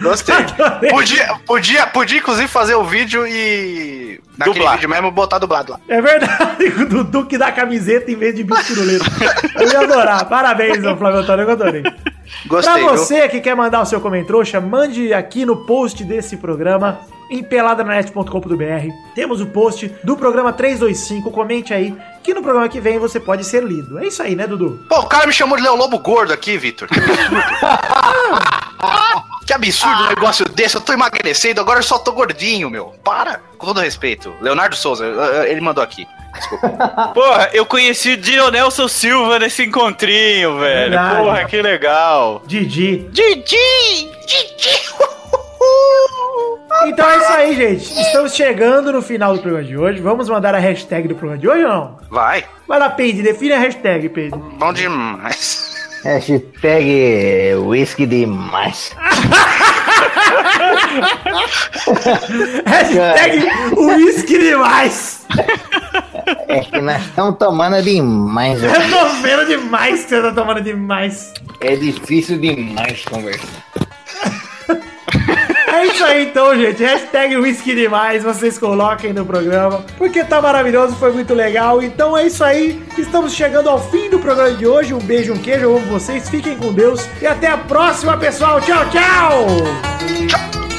Gostei, gostei.
Adorei.
Podia, podia, podia, inclusive, fazer o vídeo e. Naquele
Dublar.
vídeo mesmo, botar dublado lá.
É verdade, o Dudu que dá a camiseta em vez de bicho piruleta. Eu ia adorar. Parabéns, ô Flávio Antônio, eu adorei.
Gostei.
pra
viu?
você que quer mandar o seu comentrouxa, mande aqui no post desse programa em peladranet.com.br. Temos o post do programa 325. Comente aí que no programa que vem você pode ser lido. É isso aí, né, Dudu?
Pô, o cara me chamou de Léo Lobo gordo aqui, Vitor. Que absurdo. Que absurdo um negócio desse. Eu tô emagrecendo, agora eu só tô gordinho, meu. Para. Com todo respeito. Leonardo Souza, eh, eh, ele mandou aqui.
Porra, eu conheci o Dironelson Silva nesse encontrinho, velho.
Verdade.
Porra, que legal.
Didi.
Didi!
Então é isso aí, gente. Estamos chegando no final do programa de hoje. Vamos mandar a hashtag do programa de hoje ou não?
Vai.
Vai lá, Peide, define a hashtag, Peide.
Bom demais.
Hashtag whisky demais.
Hashtag uísque demais.
É que nós estamos tomando demais. ó.
Eu tô vendo É demais que você tá tomando demais.
É difícil demais conversar.
É isso aí então, gente. Hashtag Whisky Demais, vocês coloquem no programa, porque tá maravilhoso, foi muito legal. Então é isso aí. Estamos chegando ao fim do programa de hoje. Um beijo, um queijo, eu amo vocês. Fiquem com Deus e até a próxima, pessoal. Tchau, tchau!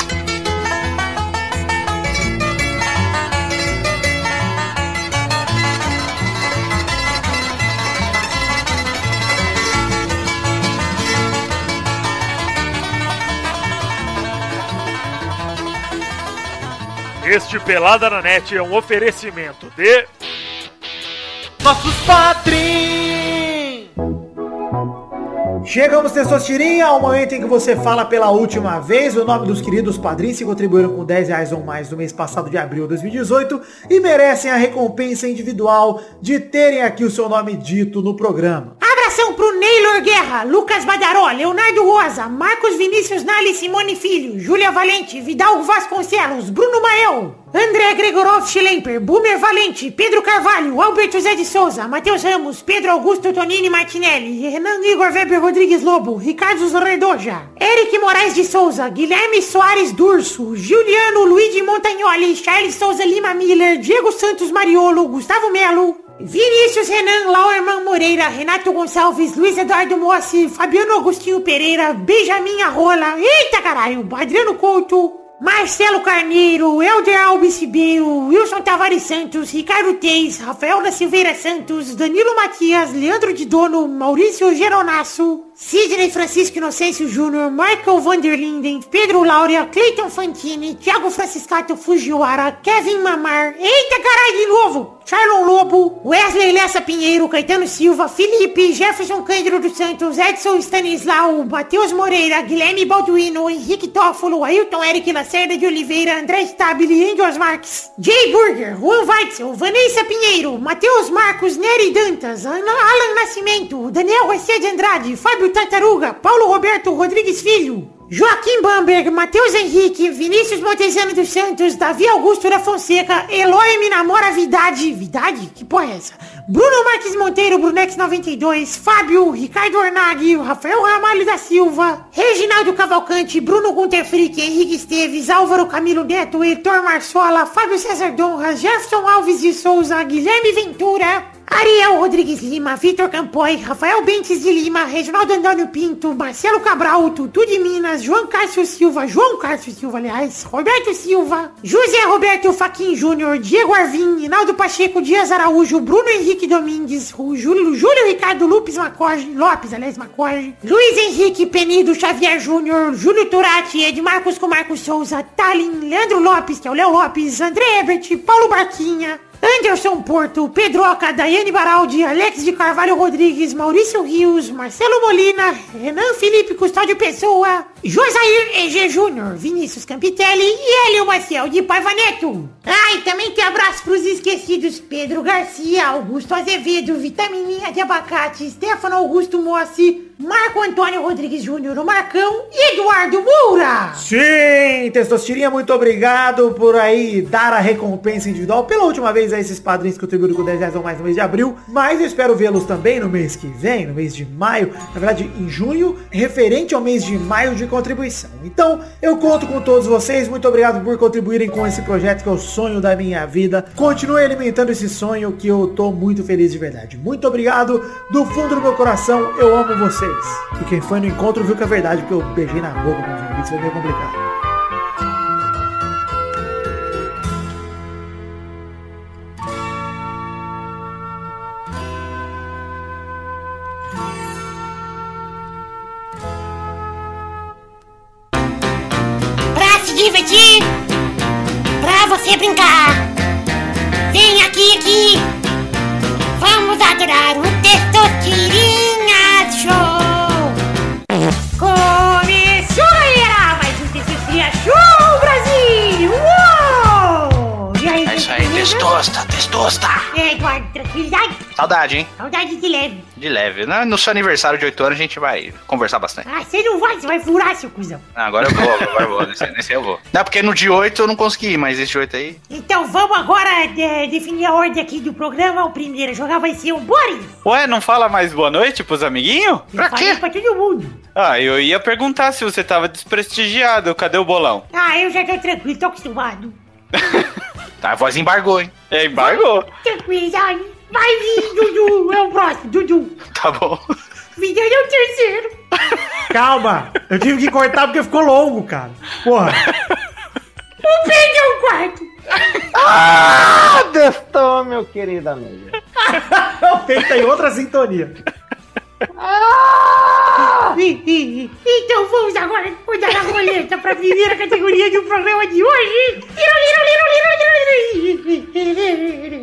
Este Pelada na Net é um oferecimento de.
Nossos patrins! Chegamos, Testostirinha, ao momento em que você fala pela última vez o nome dos queridos padrinhos que contribuíram com 10 reais ou mais no mês passado de abril de 2018 e merecem a recompensa individual de terem aqui o seu nome dito no programa.
Abração pro Neylor Guerra, Lucas Badaró, Leonardo Rosa, Marcos Vinícius Nali Simone Filho, Júlia Valente, Vidal Vasconcelos, Bruno Mael, André Gregorov Schlemper, Boomer Valente, Pedro Carvalho, Alberto Zé de Souza, Matheus Ramos, Pedro Augusto Tonini Martinelli, Renan Igor Weber Rodrigues Lobo, Ricardo Zorredoja, Eric Moraes de Souza, Guilherme Soares Durso, Juliano Luigi Montagnoli, Charles Souza Lima Miller, Diego Santos Mariolo, Gustavo Melo, Vinícius Renan, Lauerman Moreira, Renato Gonçalves, Luiz Eduardo Mossi, Fabiano Agostinho Pereira, Benjamin Arrola, eita caralho, Adriano Couto, Marcelo Carneiro, Helder Alves Ribeiro, Wilson Tavares Santos, Ricardo Teis, Rafael da Silveira Santos, Danilo Matias, Leandro de Dono, Maurício Geronasso, Sidney Francisco Inocêncio Júnior, Michael Vanderlinden, Pedro Laura, Cleiton Fantini, Thiago Franciscato Fujiwara, Kevin Mamar, eita caralho de novo, Charlon Lobo, Wesley Lessa Pinheiro, Caetano Silva, Felipe, Jefferson Cândido dos Santos, Edson Stanislau, Matheus Moreira, Guilherme Balduino, Henrique Tófolo, Ailton Então, Eric Lacerda de Oliveira, André Stabile, Engels Marques, Jay Burger, Juan Weitzel, Vanessa Pinheiro, Matheus Marcos, Nery Dantas, Ana- Alan Nascimento, Daniel Garcia de Andrade, Fábio Tartaruga, Paulo Roberto Rodrigues Filho, Joaquim Bamberg, Matheus Henrique, Vinícius Montezano dos Santos, Davi Augusto da Fonseca, Eloy Minamora Vidade, Vidade? Que porra é essa? Bruno Marques Monteiro, Brunex 92, Fábio, Ricardo Ornaghi, Rafael Ramalho da Silva, Reginaldo Cavalcante, Bruno Gunter Frick, Henrique Esteves, Álvaro Camilo Neto, Heitor Marçola, Fábio César Donra, Jefferson Alves de Souza, Guilherme Ventura, Ariel Rodrigues Lima, Vitor Campoy, Rafael Bentes de Lima, Reginaldo Antônio Pinto, Marcelo Cabral, Tutu de Minas, João Cássio Silva, João Cássio Silva, aliás, Roberto Silva, José Roberto Faquin Júnior, Diego Arvim, Rinaldo Pacheco, Dias Araújo, Bruno Henrique Domingues, Ru- Júlio, Júlio Ricardo Lopes Macorge, Lopes, aliás, Macorge, Luiz Henrique Penido Xavier Júnior, Júlio Turati, Edmarcos com Marcos Souza, Tallin, Leandro Lopes, que é o Léo Lopes, André Ebert, Paulo Barquinha, Anderson Porto, Pedroca, Daiane Baraldi, Alex de Carvalho Rodrigues, Maurício Rios, Marcelo Molina, Renan Felipe Custódio Pessoa, Josair EG Júnior, Vinícius Campitelli e Hélio Maciel de Paiva Neto. Ah, e também tem abraço pros esquecidos Pedro Garcia, Augusto Azevedo, Vitamininha de Abacate, Stefano Augusto Mossi, Marco Antônio Rodrigues Júnior, o Marcão e Eduardo Moura.
Sim, Testosterinha, muito obrigado por aí dar a recompensa individual pela última vez a esses padrinhos que contribuíram com 10 reais ou mais no mês de abril. Mas eu espero vê-los também no mês que vem, no mês de maio, na verdade em junho, referente ao mês de maio de contribuição. Então, eu conto com todos vocês. Muito obrigado por contribuírem com esse projeto que é o sonho da minha vida. Continue alimentando esse sonho que eu tô muito feliz de verdade. Muito obrigado do fundo do meu coração. Eu amo vocês. E quem foi no encontro viu que é verdade, porque eu beijei na boca com os ouvintes, foi meio complicado.
Pra se divertir, pra você brincar. Vem aqui, aqui. Vamos adorar o Testosterinha Show.
Começou, galera! Mais um Testosterinha Show Brasil! Uou! E aí,
É isso aí,
beleza?
testosta, testosta.
É, Eduardo, tranquilidade?
Saudade, hein?
Saudade de leve.
De leve. Na- No seu aniversário de 8 anos a gente vai conversar bastante.
Ah, você não vai, você vai furar, seu cuzão.
Ah, Agora eu vou, agora eu vou. Nesse, nesse eu vou. Não, porque no dia 8 eu não consegui ir, mas esse 8 aí.
Então vamos agora é, definir a ordem aqui do programa. O primeiro a jogar vai ser o Boris.
Ué, não fala mais boa noite pros amiguinhos?
Pra quê? Pra todo mundo.
Ah, eu ia perguntar se você tava desprestigiado. Cadê o bolão?
Ah, eu já tô tranquilo, tô acostumado.
Tá, a voz embargou, hein?
É, embargou.
Tranquilidade. Vai vir, Dudu. É o próximo, Dudu.
Tá bom.
Vida é o terceiro.
Calma, eu tive que cortar porque ficou longo, cara. Porra.
O Pedro é o quarto.
Ah, Deston, meu querido amigo.
O Peito tá em outra sintonia.
Ah!
Ih, ih, ih. Então vamos agora mudar a roleta pra primeira categoria do programa de hoje.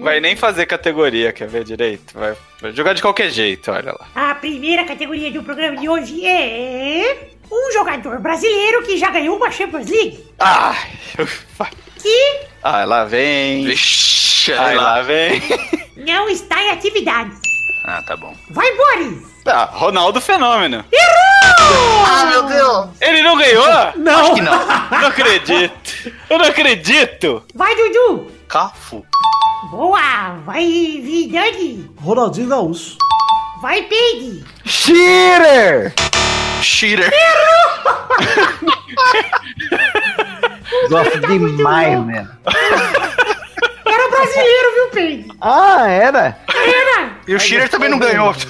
Vai nem fazer categoria, quer ver direito? Vai, vai jogar de qualquer jeito, olha lá.
A primeira categoria do programa de hoje é um jogador brasileiro que já ganhou uma Champions League.
Ah,
Que
ah lá vem.
Vixe,
Ai,
lá.
lá vem.
não está em atividade.
Ah, tá bom.
Vai, Boris!
Tá, Ronaldo Fenômeno.
Errou!
Ah, meu Deus!
Ele não ganhou?
Não.
Acho que não.
Não acredito. Eu não acredito.
Vai, Dudu!
Cafu.
Boa! Vai, Vidani!
Ronaldinho Gaúcho.
Vai, Peide!
Cheater!
Cheater.
Gosto demais, velho.
Era um brasileiro, viu, Peide? Tá
Ah, era?
Era!
E o Cheater também não ganhou.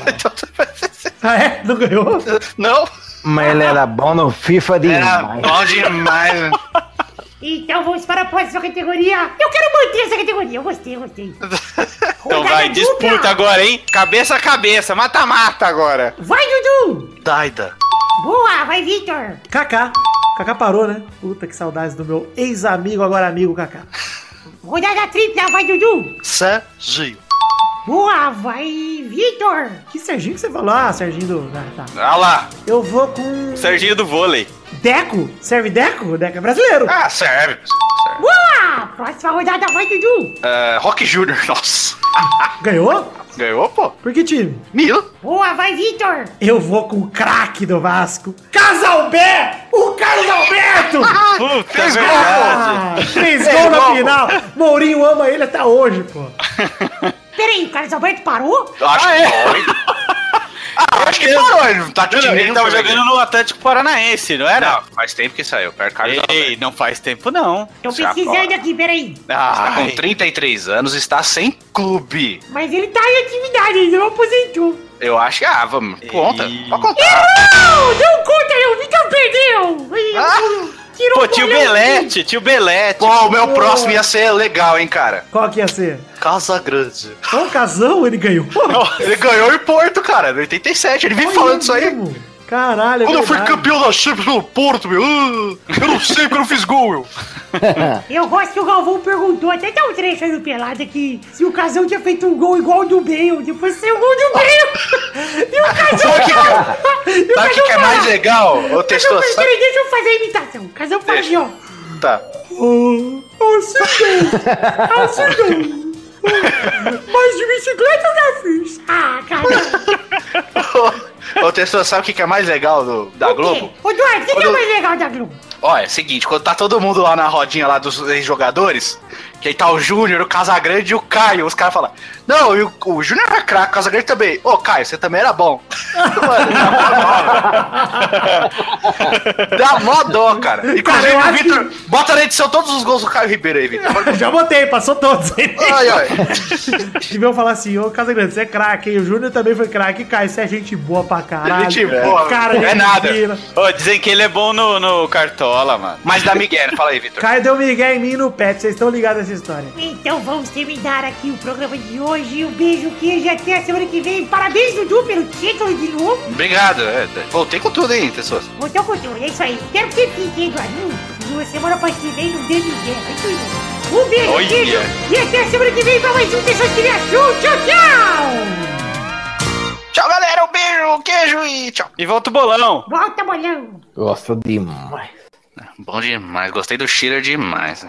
Então,
Ah, é? Não ganhou?
não?
Mas ele era bom no FIFA
Era
demais.
bom demais. né?
Então vamos para a próxima categoria. Eu quero manter essa categoria. Eu gostei, eu gostei.
Então vai,
Rodada
disputa
dupla.
agora, hein? Cabeça a cabeça, mata-mata agora.
Vai, Dudu!
Daida.
Boa! Vai, Victor!
Kaká. Kaká parou, né? Puta que saudades do meu ex-amigo, agora amigo Kaká.
Rodada tripla, vai, Dudu!
Serginho.
Boa! Vai, Victor!
Que Serginho que você falou? Ah, Serginho do. Ah, tá.
Ah lá.
Eu vou com.
Serginho do vôlei.
Deco? Serve Deco? Deco é brasileiro.
Ah, serve. serve.
Boa! Próxima rodada vai, Dudu!
É, Rock Jr., nossa. Ah!
Ganhou?
Ganhou, pô.
Por que time?
Milo.
Boa, vai, Victor!
Eu vou com o craque do Vasco. Casalbé! O Carlos Alberto!
Ah,
Puta, é
Fez gol,
verdade.
Ah, fez gol na
gol.
final. Mourinho ama ele até hoje, pô.
Peraí, o Carlos Alberto parou?
Eu acho que não, hein? é? Ah, acho que parou, ele não tá
Não, não, ele tava jogando no Atlético Paranaense, não era?
Não, faz tempo que saiu. Percalho
Ei, não faz tempo não.
Eu precisando aqui, peraí.
Está com 33 anos, está sem clube.
Mas ele tá em atividade, ele não aposentou.
Eu acho que. Ah, vamos. Conta. Pode contar.
Errou! Não conta, não. Vitor perdeu. Ih,
Ah!
Tirou
Pô, tio Belete, tio Belete.
Pô, o meu próximo ia ser legal, hein, cara.
Qual que ia ser?
Casa Grande.
Qual casão ele ganhou?
ele ganhou em Porto, cara, no 87. Ele vive falando isso aí.
Caralho, é
Quando eu fui
verdade.
campeão da Champions no Porto, meu. ah, Eu não sei porque eu não fiz gol, meu.
Eu gosto que o Galvão perguntou até dá um trecho aí do Pelada que se o Casão tinha feito um gol igual ao do Bale, depois saiu o gol do Bale. E o Casão...
Sabe o que que- sabe o que que é mais legal, ô, Testoso?
Peraí, deixa eu fazer a imitação. O Casão fala assim, ó.
Tá.
Oh, Alcidão, Alcidão. Mas de bicicleta eu já fiz. Ah, cara.
Ô, Testor, sabe o que que é mais legal do- da Globo?
Ô, Eduardo, o que, que é o mais legal da Globo?
Olha, é o seguinte, quando tá todo mundo lá na rodinha lá dos jogadores, que aí tá o Júnior, o Casagrande e o Caio, os caras falam, não, e o, o Júnior era craque, o Casagrande também. Ô, Caio, você também era bom. Mano, dá mó dó. Dá mó dó, cara. Inclusive,
Cara, eu
o
acho
Vitor, bota na edição todos os gols do Caio Ribeiro aí, Vitor.
Já botei, passou todos.
Ai, ai.
Deviam falar assim, ô Casagrande, você é craque, hein? O Júnior também foi craque. Cara, isso é gente boa pra caralho.
Gente boa,
cara,
é
gente
nada.
fina.
Ô, dizem que ele é bom no, no Cartola, mano.
Mas dá Miguel, fala aí, Vitor.
Caio deu migué em mim e no pet, vocês estão ligados nessa história.
Então vamos terminar aqui o programa de hoje. Um beijo, queijo e até a semana que vem. Parabéns, Dudu, pelo título de novo.
Obrigado. é, voltei com tudo, hein, Testor.
Voltou com tudo, é isso aí. Quero que você fique, hein, Eduardo? Hum, Uma semana pra que vem não teve ideia. É isso aí. Um beijo,
Olha.
queijo e até a semana que vem pra mais um Pessoas Criação. Tchau, tchau!
Tchau, galera. Um beijo, um queijo e tchau.
E volta o bolão.
Volta, bolão!
Gosto demais.
Bom demais. Gostei do Shearer demais.